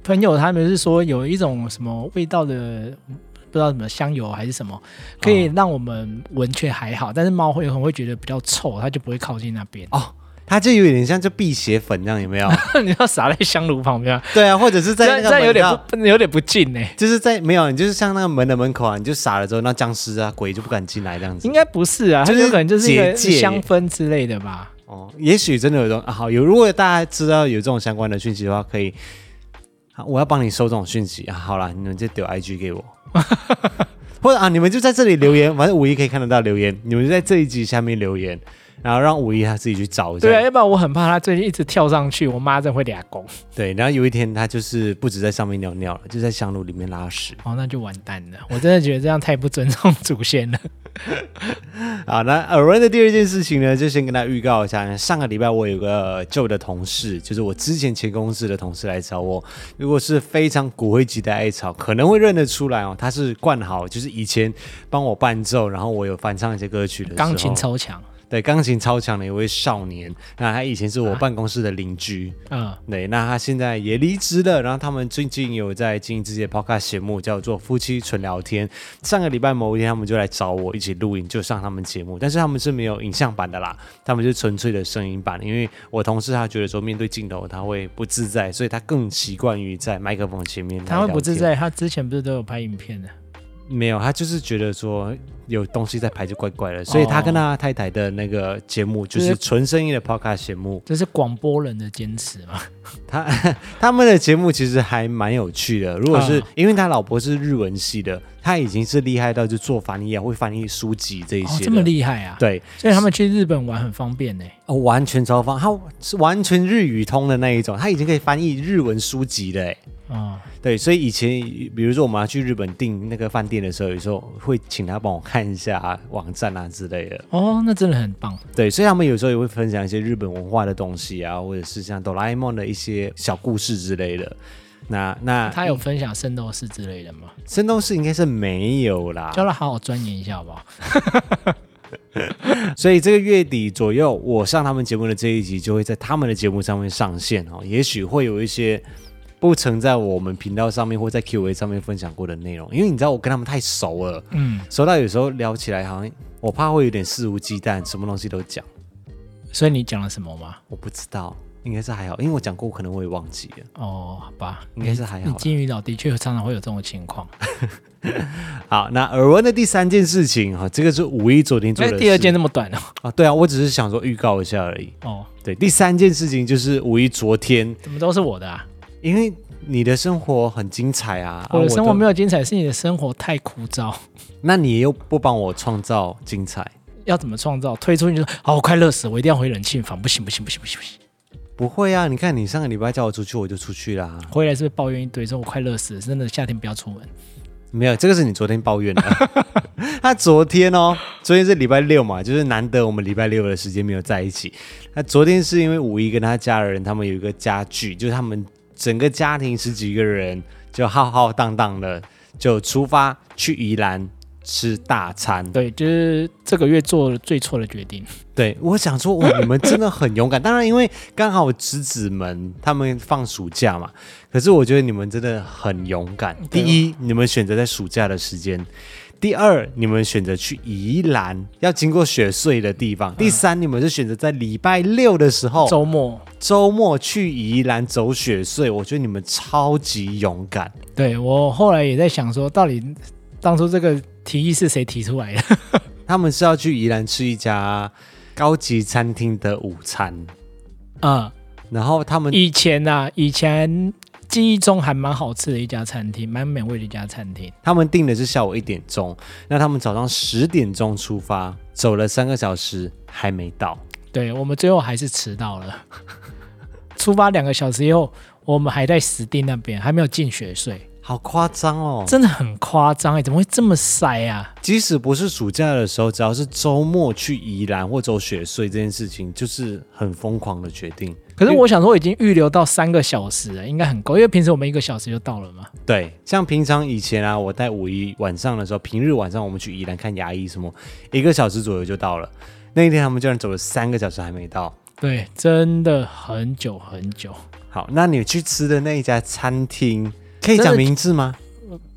朋友他们是说有一种什么味道的。不知道什么香油还是什么，可以让我们闻却还好，但是猫会很会觉得比较臭，它就不会靠近那边。 哦，它就有点像就辟邪粉这样，有没有？你要撒在香炉旁边啊，对啊，或者是在 那这样个这样有门点道不有点不敬呢、就是在没有，你就是像那个门的门口啊，你就撒了之后，那僵尸啊鬼就不敢进来这样子。应该不是啊，它就是有可能就是一个结界香氛之类的吧。哦，也许真的有这种、啊、好有，如果大家知道有这种相关的讯息的话，可以，啊、我要帮你收这种讯息啊。好啦，你们就丢 IG 给我， 或者啊，你们就在这里留言，反正五一可以看得到留言，你们就在这一集下面留言。然后让五一他自己去找这对啊，样。要不然我很怕他最近一直跳上去，我妈真的会俩 拱。对，然后有一天他就是不止在上面尿尿了，就在香炉里面拉屎。哦，那就完蛋了！我真的觉得这样太不尊重祖先了。好，那耳闻的第二件事情呢，就先跟大家预告一下。上个礼拜我有个旧的同事，就是我之前前公司的同事来找我。如果是非常骨灰级的艾草，可能会认得出来哦。他是冠豪，就是以前帮我伴奏，然后我有翻唱一些歌曲的时候钢琴超强，对钢琴超强的一位少年。那他以前是我办公室的邻居。嗯，对，那他现在也离职了，然后他们最近有在经营自己的 podcast 节目，叫做《夫妻纯聊天》。上个礼拜某一天，他们就来找我一起录影，就上他们节目，但是他们是没有影像版的啦，他们是纯粹的声音版。因为我同事他觉得说面对镜头他会不自在，所以他更习惯于在麦克风前面。他会不自，在，他之前不是都有拍影片的？没有，他就是觉得说有东西在排就怪怪的，所以他跟哦他太太的那个节目就是纯声音的 podcast 节目，这是广播人的坚持嘛？他他们的节目其实还蛮有趣的。如果是、啊因为他老婆是日文系的，他已经是厉害到就做翻译啊，会翻译书籍这一哦些，的。这么厉害啊！，对，所以他们去日本玩很方便呢。哦，完全超方，他是完全日语通的那一种，他已经可以翻译日文书籍了。欸哦，对，所以以前比如说我们要去日本订那个饭店的时候，有时候会请他帮我看一下、网站啊之类的。哦，那真的很棒。对，所以他们有时候也会分享一些日本文化的东西啊，或者是像哆啦 A 梦的一些小故事之类的。那那他有分享圣斗士之类的吗？圣斗士应该是没有啦，叫他好好钻研一下好不好？所以这个月底左右，我上他们节目的这一集就会在他们的节目上面上线哦，也许会有一些不曾在我们频道上面或在 Q&A 上面分享过的内容，因为你知道我跟他们太熟了，嗯，熟到有时候聊起来好像我怕会有点肆无忌惮，什么东西都讲，所以你讲了什么吗？我不知道，应该是还好，因为我讲过，可能我也忘记了。哦，好吧，应该是还好啦你金鱼岛的确常常会有这种情况。好，那耳闻的第三件事情哈，这个是五一昨天做哎的，第二事件那么短哦。啊，对啊，我只是想说预告一下而已。哦，对，第三件事情就是五一昨天 怎么都是我的啊？因为你的生活很精彩啊，我的生活没有，有精彩，是你的生活太枯燥。那你又不帮我创造精彩，要怎么创造？推出去就说，好，我快热死，我一定要回冷气房，不行不行不行不行不行。不会啊？你看你上个礼拜叫我出去，我就出去啦，回来是不是抱怨一堆，说我快热死，真的夏天不要出门。没有，这个是你昨天抱 怨的。他昨天哦，昨天是礼拜六嘛，就是难得我们礼拜六的时间没有在一起。那昨天是因为五一跟他家人他们有一个家聚，就是他们整个家庭十几个人就浩浩荡荡的就出发去宜兰吃大餐。对，就是这个月做了最错的决定。对，我想说，哇，你们真的很勇敢。当然，因为刚好侄子们他们放暑假嘛，可是我觉得你们真的很勇敢。第对一，你们选择在暑假的时间；第二，你们选择去宜兰，要经过雪隧的地方；第三，你们是选择在礼拜六的时候嗯周末，周末去宜兰走雪隧。我觉得你们超级勇敢。对我后来也在想说，到底当初这个提议是谁提出来的？ 他们是要去宜兰吃一家高级餐厅的午餐，啊、然后他们以前呐、啊，以前记忆中还蛮好吃的一家餐厅，蛮美味的一家餐厅。他们定的是下午一点钟，那他们早上十点钟出发，走了三个小时还没到。对我们最后还是迟到了。 出发两个小时以后，我们还在石碇那边，还没有进雪隧，好夸张哦！真的很夸张哎！怎么会这么塞啊？即使不是暑假的时候，只要是周末去宜兰或走雪隧这件事情，就是很疯狂的决定。可是我想说，我已经预留到三个小时了，应该很够，因为平时我们一个小时就到了嘛。对，像平常以前啊，我带五一晚上的时候，平日晚上我们去宜兰看牙医什么，一个小时左右就到了。那一天他们居然走了三个小时还没到。对，真的很久很久。好，那你去吃的那一家餐厅，可以真讲的名字吗？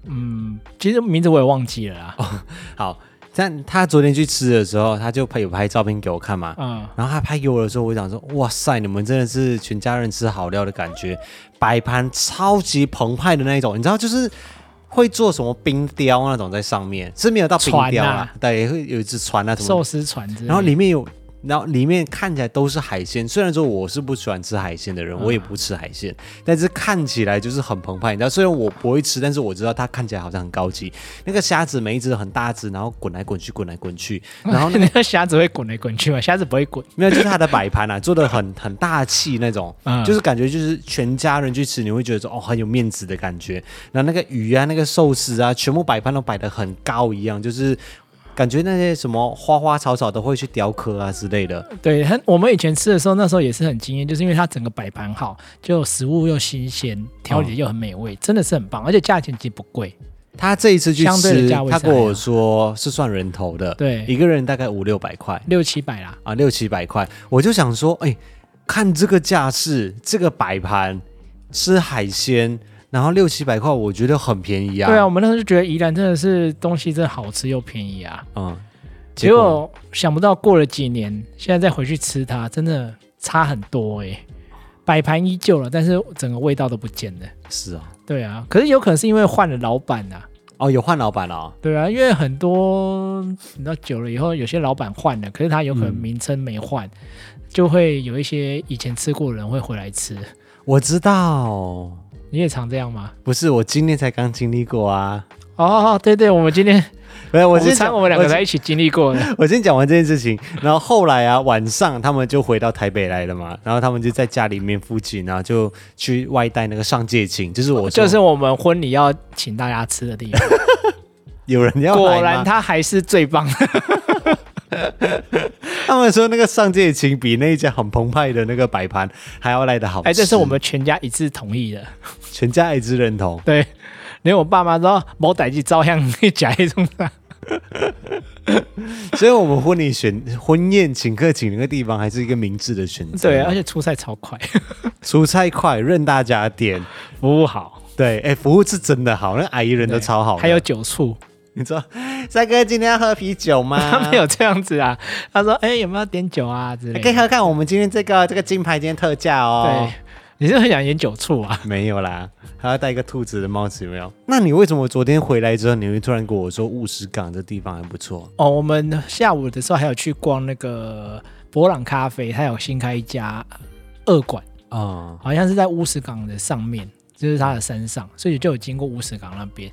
嗯，其实名字我也忘记了哦啦。好，但他昨天去吃的时候，他就拍有拍照片给我看嘛。嗯，然后他拍给我的时候，我就想说，哇塞，你们真的是全家人吃好料的感觉，摆盘超级澎湃的那一种，你知道就是会做什么冰雕那种在上面，是没有到冰雕船啦，啊对，会有一只船啊什么寿的，司船之类的。然后里面有然后里面看起来都是海鲜。虽然说我是不喜欢吃海鲜的人，我也不吃海鲜，但是看起来就是很澎湃。你知道，虽然我不会吃，但是我知道它看起来好像很高级。那个虾子每一只都很大只，然后滚来滚去，滚来滚去，然后那 那个虾子会滚来滚去嘛，虾子不会滚。没有，就是它的摆盘啊，做的很很大气那种，嗯就是感觉就是全家人去吃，你会觉得说哦很有面子的感觉。然后那个鱼啊，那个寿司啊，全部摆盘都摆得很高一样，就是感觉那些什么花花草草都会去雕刻啊之类的。对，很我们以前吃的时候，那时候也是很惊艳，就是因为它整个摆盘好，就食物又新鲜，调理又很美味，真的是很棒，而且价钱其实不贵。他这一次去相对吃的价，位他是还跟好我说是算人头的，对一个人大概五六百块六七百啦，啊，六七百块。我就想说，哎，看这个架势，这个摆盘吃海鲜，然后六七百块，我觉得很便宜啊。对啊，我，们那时候就觉得宜兰真的是东西真的好吃又便宜啊，嗯。结果想不到过了几年，现在再回去吃它，真的差很多哎、摆盘依旧了，但是整个味道都不见了。是啊，对啊，可是有可能是因为换了老板啊，哦，有换老板了、哦，对啊，因为很多你知道久了以后，有些老板换了，可是他有可能嗯名称没换，就会有一些以前吃过的人会回来吃。我知道，你也常这样吗？不是我今天才刚经历过啊。哦，对对，我们今天没有，我我们先常讲我们两个我在先一起经历过的。 我先讲完这件事情，然后后来啊，晚上他们就回到台北来了嘛，然后他们就在家里面附近，然后就去外带那个上界情，就是我说哦 就是我们婚礼要请大家吃的地方，有人要来吗果然他还是最棒的。他们说那个上界情比那一家很澎湃的那个摆盘还要来的好吃， 哎，这是我们全家一致同意的。全家一致认同。对，连我爸妈都说某歹去照样去假一种啊。所以我们婚礼选婚宴请客请那个地方还是一个明智的选择，对，啊而且出菜超快，出差快，任大家点。服务好，对，哎、服务是真的好，那阿姨人都对超好的。还有酒醋。你说，帅哥今天要喝啤酒吗？ 他没有这样子啊，他说：“哎、有没有点酒啊之哎，类可以的喝看我们今天这个这个金牌今天特价？”哦对。，你是不是很想演酒醋啊？没有啦，还要戴一个兔子的帽子，有没有？那你为什么昨天回来之后，你会突然跟我说乌石港这地方还不错？哦，我们下午的时候还有去逛那个博朗咖啡，它有新开一家呃二馆，啊、好像是在乌石港的上面，就是它的山上，所以就有经过乌石港那边。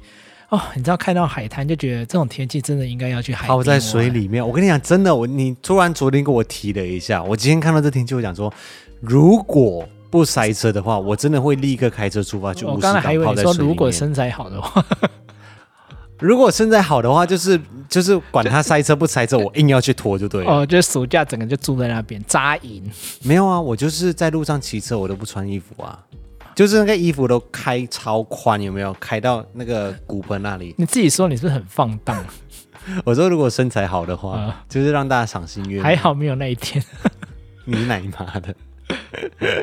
哦，你知道看到海滩就觉得这种天气真的应该要去海。泡啊在水。里面。我跟你讲，真的，我你突然昨天跟我提了一下，我今天看到这天气，我讲说，如果不塞车的话，我真的会立刻开车出发去我乌石哦刚才港还以为泡你在水里面。说如果身材好的话，如果身材好的话，就是就是管他塞车不塞 车，我硬要去拖就对了。哦，就是暑假整个就住在那边扎营。没有啊，我就是在路上骑车，我都不穿衣服啊，就是那个衣服都开超宽，有没有？开到那个骨盆那里。你自己说你是不是很放荡？我说如果身材好的话，啊就是让大家赏心悦目。还好没有那一天。你奶妈的！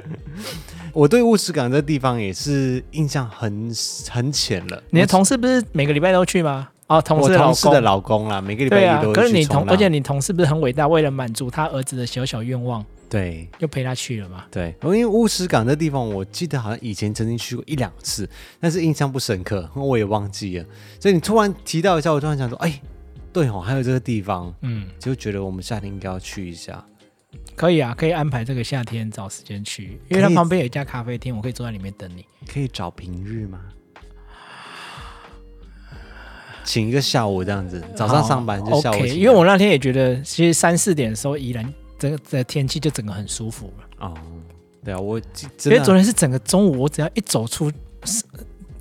我对乌石港这地方也是印象很很浅了。你的同事不是每个礼拜都去吗？哦，同我事的老同事的公。老公啦，每个礼拜对啊一都，可会是去你冲同，浪。而且你同事不是很伟大，为了满足他儿子的小小愿望，对又陪他去了嘛？对，因为乌石港这地方，我记得好像以前曾经去过一两次，但是印象不深刻，我也忘记了。所以你突然提到一下，我突然想说，哎，对哦，还有这个地方，嗯，就觉得我们夏天应该要去一下。可以啊，可以安排这个夏天找时间去，因为他可以旁边有一家咖啡厅，我可以坐在里面等你。可以找平日吗？请一个下午这样子，早上上班就好下午请 OK，假。因为我那天也觉得，其实三四点的时候，宜兰整个的天气就整个很舒服了。哦，对啊，我记因真为的昨天是整个中午，我只要一走出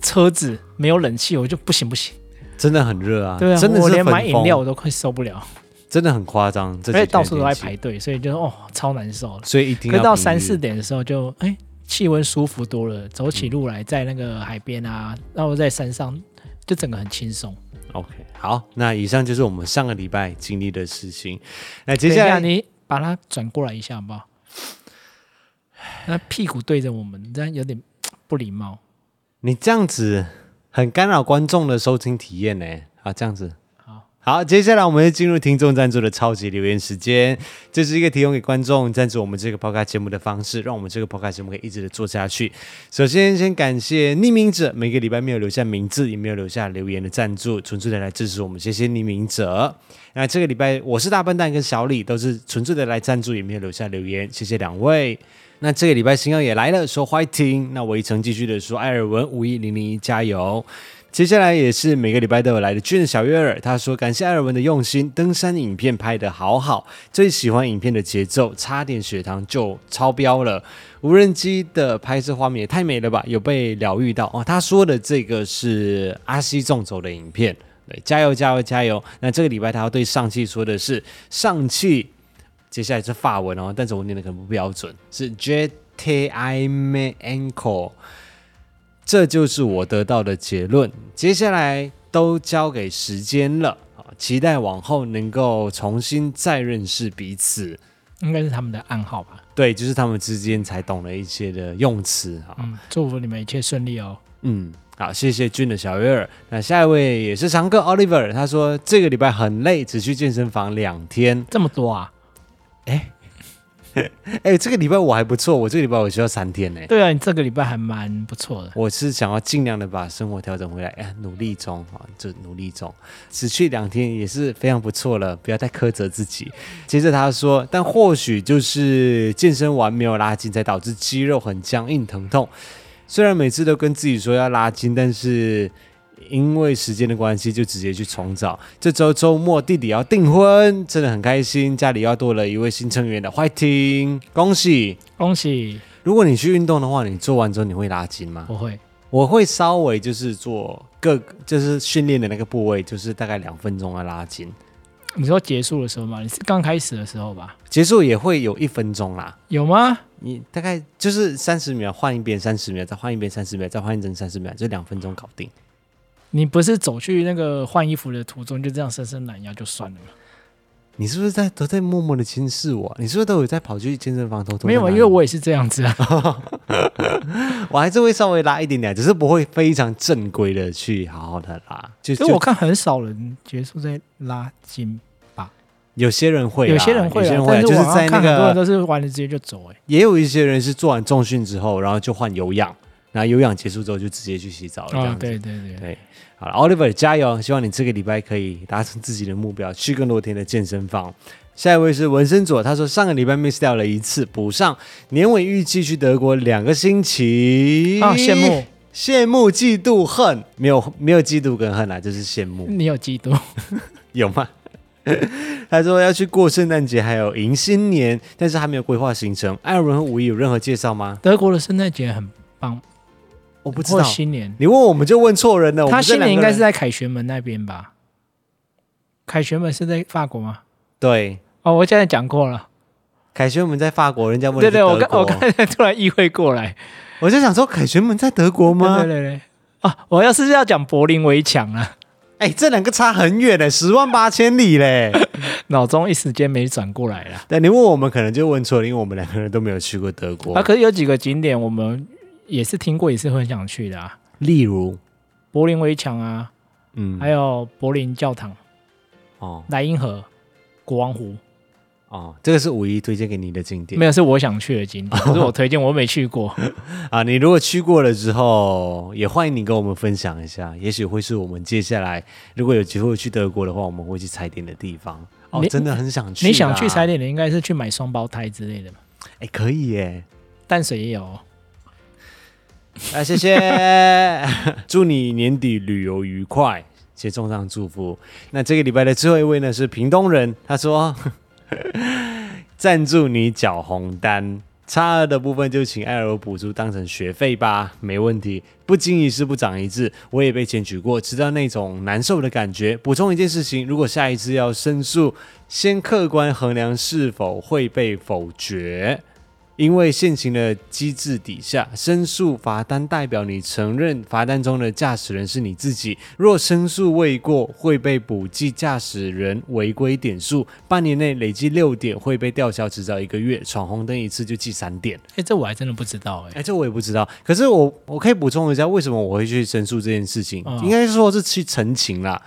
车子，没有冷气，我就不行不行。真的很热啊，对啊，真的我是连很买饮料我都快受不了，真的很夸张，这几而且天到处都在天气排，队，所以就哦超难受的。所以一定可要是到平三日四点的时候就哎气温舒服多了，走嗯起路来在那个海边啊，然后在山上就整个很轻松。 OK，好，那以上就是我们上个礼拜经历的事情。那接等一下下来你把它转过来一下好不好？那屁股对着我们，这样有点不礼貌。你这样子很干扰观众的收听体验呢、啊，这样子好，好，接下来我们就进入听众赞助的超级留言时间。这是一个提供给观众赞助我们这个 podcast 节目的方式，让我们这个 podcast 节目可以一直的做下去。首先，先感谢匿名者，每个礼拜没有留下名字，也没有留下留言的赞助，纯粹的来支持我们，谢谢匿名者。那这个礼拜，我是大笨蛋跟小李都是纯粹的来赞助，也没有留下留言，谢谢两位。那这个礼拜星耀也来了，说 fighting。那我一成继续的说，艾尔文五一零零一加油。接下来也是每个礼拜都有来的俊小月儿，他说感谢艾尔文的用心，登山影片拍的好好，最喜欢影片的节奏，差点血糖就超标了。无人机的拍摄画面也太美了吧，有被疗愈到哦。他说的这个是阿西纵走的影片，对，加油加油加油！那这个礼拜他要对上汽说的是上汽接下来是法文哦，但是我念的可能不标准，是 J T I M E N C O。这就是我得到的结论。接下来都交给时间了，啊期待往后能够重新再认识彼此。应该是他们的暗号吧。对，就是他们之间才懂了一些的用词哈。嗯，祝福你们一切顺利哦。嗯，好，谢谢君的小月儿。那下一位也是常客 Oliver，他说这个礼拜很累，只去健身房两天。这么多啊？哎，这个礼拜我还不错，我这个礼拜我需要三天呢、对啊，你这个礼拜还蛮不错的。我是想要尽量的把生活调整回来，哎，努力中啊，就努力中，只去两天也是非常不错了，不要再苛责自己。接着他说，但或许就是健身完没有拉筋，才导致肌肉很僵硬疼痛。虽然每次都跟自己说要拉筋，但是因为时间的关系，就直接去重找。这周周末弟弟要订婚，真的很开心，家里要多了一位新成员的欢迎，恭喜！恭喜！如果你去运动的话，你做完之后你会拉筋吗？不会，我会稍微就是做各就是训练的那个部位，就是大概两分钟的拉筋，你说结束的时候吗？你是刚开始的时候吧？结束也会有一分钟啦。有吗？你大概就是三十秒换一遍，三十秒再换一遍，三十秒再换一遍，三十秒，就两分钟搞定。你不是走去那个换衣服的途中就这样伸伸懒腰就算了吗？你是不是在都在默默的监视我？你是不是都有在跑去健身房偷偷在没有拉啊，你？因为我也是这样 子啊。我还是会稍微拉一点点，只是不会非常正规的去好好的拉。就所以我就看很少人结束在拉筋，有些人会啦，有些人会有些啊人，会啊，但就是是我好在像那看很多个人都是玩了直接就走，哎，也有一些人是做完重训之后，然后就换有氧，然后有氧结束之后就直接去洗澡了。这啊样，子。对对对，对，好了，Oliver 加油！希望你这个礼拜可以达成自己的目标，去更多天的健身房。下一位是纹身佐，他说上个礼拜 miss 掉了一次，补上。年尾预计去德国两个星期，啊，羡慕羡慕、嫉妒、恨，没有没有嫉妒跟恨啦，就是羡慕，你有嫉妒，有吗？ 他说要去过圣诞节，还有迎新年，但是还没有规划行程。艾尔文和五一有任何介绍吗？ 德国的圣诞节很棒，我不知或道，新年，你问我们就问错人了。我他们这新两年个应该是人在凯旋门那边吧？凯旋门是在法国吗？对。哦，我现在讲过了，凯旋门在法国，人家问对对，的我是德刚我国刚才突然意会过来， 我就想说，凯旋门在德国对对吗？对对，啊，我要是要讲柏林围墙啊，哎、这两个差很远嘞，十万八千里嘞。 脑中一时间没转过来了。但你问我们，可能就问错了，因为我们两个人都没有去过德国。啊，可是有几个景点我们也是听过，也是很想去的啊，例如，柏林围墙啊，嗯，还有柏林教堂、哦莱茵河、国王湖，哦，这个是五一推荐给你的景点没有是我想去的景 点，不是我推荐，我没去过。啊。你如果去过了之后，也欢迎你跟我们分享一下，也许会是我们接下来如果有机会去德国的话，我们会去踩点的地方。哦，你真的很想去啦。你想去踩点的应该是去买双胞胎之类的吧？哎、可以耶。淡水也有哦，啊，谢谢， 祝你年底旅游愉快，且送上祝福。那这个礼拜的最后一位呢是屏东人，他说 赞助你缴红单。差额的部分就请艾尔补助当成学费吧，没问题。不经一事不长一智，我也被检举过，知道那种难受的感觉。补充一件事情，如果下一次要申诉，先客观衡量是否会被否决。因为现行的机制底下，申诉罚单代表你承认罚单中的驾驶人是你自己。若申诉未过，会被补记驾驶人违规点数，半年内累计六点会被吊销执照一个月，闯红灯一次就记三点。哎，这我还真的不知道哎、哎，这我也不知道。可是我我可以补充一下，为什么我会去申诉这件事情？嗯应该说是去澄清啦。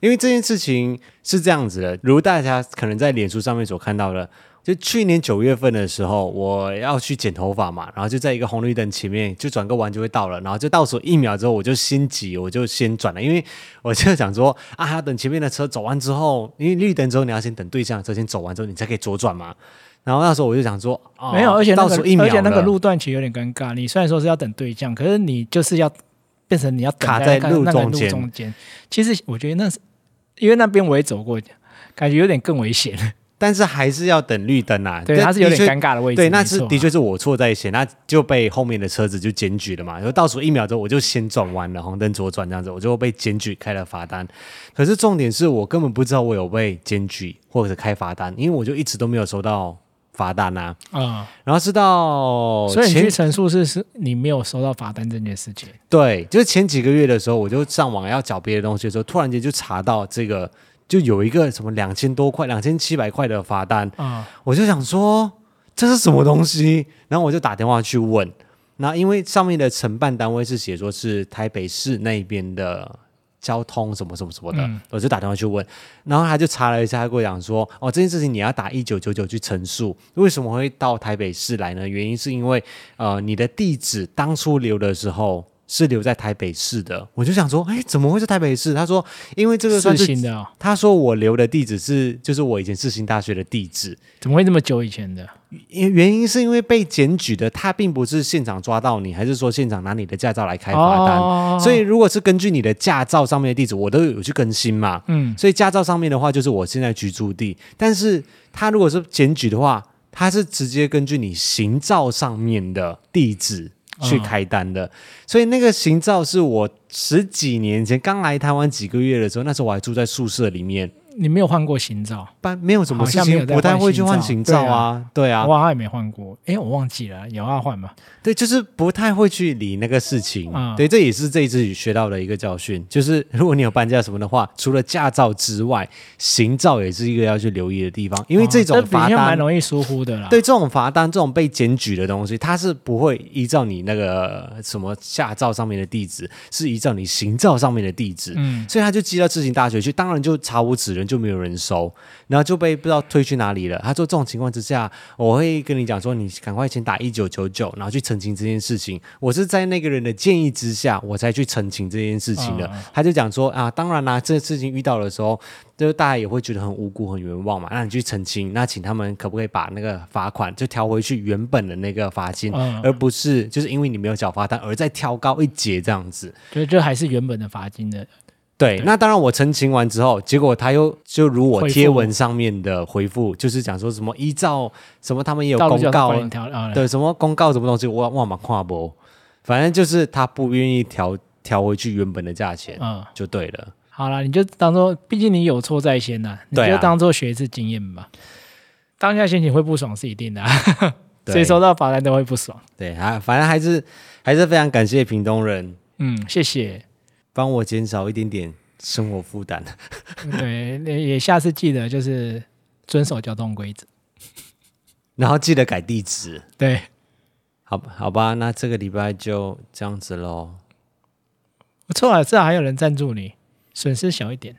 因为这件事情是这样子的，如大家可能在脸书上面所看到的，就去年九月份的时候，我要去剪头发嘛，然后就在一个红绿灯前面，就转个弯就会到了，然后就倒数一秒之后，我就心急，我就先转了，因为我就想说啊，还要等前面的车走完之后，因为绿灯之后你要先等对向的车先走完之后，你才可以左转嘛。然后那时候我就想说，哦、没有，而且那倒个数一秒而了，且那个路段其实有点尴尬。你虽然说是要等对降，可是你就是要变成你要等卡在在那个路那个中间路中间。其实我觉得那是因为那边我也走过，感觉有点更 危险。但是还是要等绿灯啊。对，但它是有的点确尴尬的位置。对，那没是错啊的确是我错在先，那就被后面的车子就检举了嘛。然后倒数一秒之后，我就先转弯了，红灯左转这样子，我就被检举开了罚单。可是重点是我根本不知道我有被检举或者是开罚单，因为我就一直都没有收到罚单啊。啊、然后是到所以你前去陈述是是你没有收到罚单这件事情。对，就是前几个月的时候，我就上网要找别的东西的时候，突然间就查到这个，就有一个什么两千多块、两千七百块的罚单，啊、我就想说这是什么东西，然后我就打电话去问。那因为上面的承办单位是写说是台北市那边的交通什么什么什么的，嗯我就打电话去问，然后他就查了一下，他跟我讲说，哦，这件事情你要打一九九九去陈述，为什么会到台北市来呢？原因是因为呃，你的地址当初留的时候。是留在台北市的，我就想说，哎，怎么会是台北市？他说，因为这个算是是新的、哦，他说我留的地址是，就是我以前世新大学的地址，怎么会这么久以前的？因原因是因为被检举的，他并不是现场抓到你，还是说现场拿你的驾照来开罚单？哦所以如果是根据你的驾照上面的地址，我都有去更新嘛。嗯，所以驾照上面的话，就是我现在居住地。但是他如果是检举的话，他是直接根据你行照上面的地址去开单嗯的。所以那个行照是我十几年前刚来台湾几个月的时候，那时候我还住在宿舍里面，你没有换过行照，办没有什么事好像没有情，在不太换会去行换照行照对啊，对啊，我好像也没换过。哎，我忘记了，有要换吗？对，就是不太会去理那个事情。嗯对，这也是这一次学到的一个教训，就是如果你有搬家什么的话，除了驾照之外，行照也是一个要去留意的地方，因为这哦种比罚较蛮单。容易疏忽的啦。对这种罚单、这种被检举的东西，它是不会依照你那个什么驾照上面的地址，是依照你行照上面的地址。嗯，所以他就寄到知行大学去，当然就查无此人，就没有人收，然后就被不知道推去哪里了。他说这种情况之下，我会跟你讲说，你赶快先打一九九九，然后去澄清这件事情。我是在那个人的建议之下，我才去澄清这件事情的。啊他就讲说啊，当然啦、这事情遇到的时候，就是大家也会觉得很无辜、很冤枉嘛。那你去澄清，那请他们可不可以把那个罚款就调回去原本的那个罚金，嗯而不是就是因为你没有缴罚单而再挑高一截这样子。就就还是原本的罚金的。对，对那当然我澄清完之后，结果他又就如我回复贴文上面的回复，就是讲说什么依照什么他们也有道路公交通告管理条啊，对什么公告什么东西，我忘嘛跨博，反正就是他不愿意调调回去原本的价钱、嗯，就对了。好啦，你就当做，毕竟你有错在先呐、你对啊就当做学一次经验吧。当下心情会不爽是一定的、啊，对 所以收到罚单都会不爽。对，还反正还是还是非常感谢屏东人嗯，谢谢。帮我减少一点点生活负担。 对，也也下次记得就是遵守交通规则。然后记得改地址，对，好好吧？那这个礼拜就这样子喽。不错啊，至少还有人赞助你，损失小一点，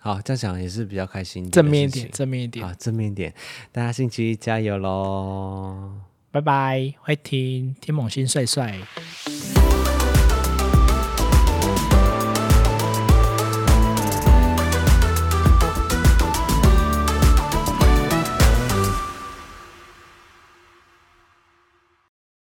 好，这样想也是比较开心，正面一点，。正面一点。好，正面一点，大家星期一加油喽！拜拜，会听天猛星帅帅。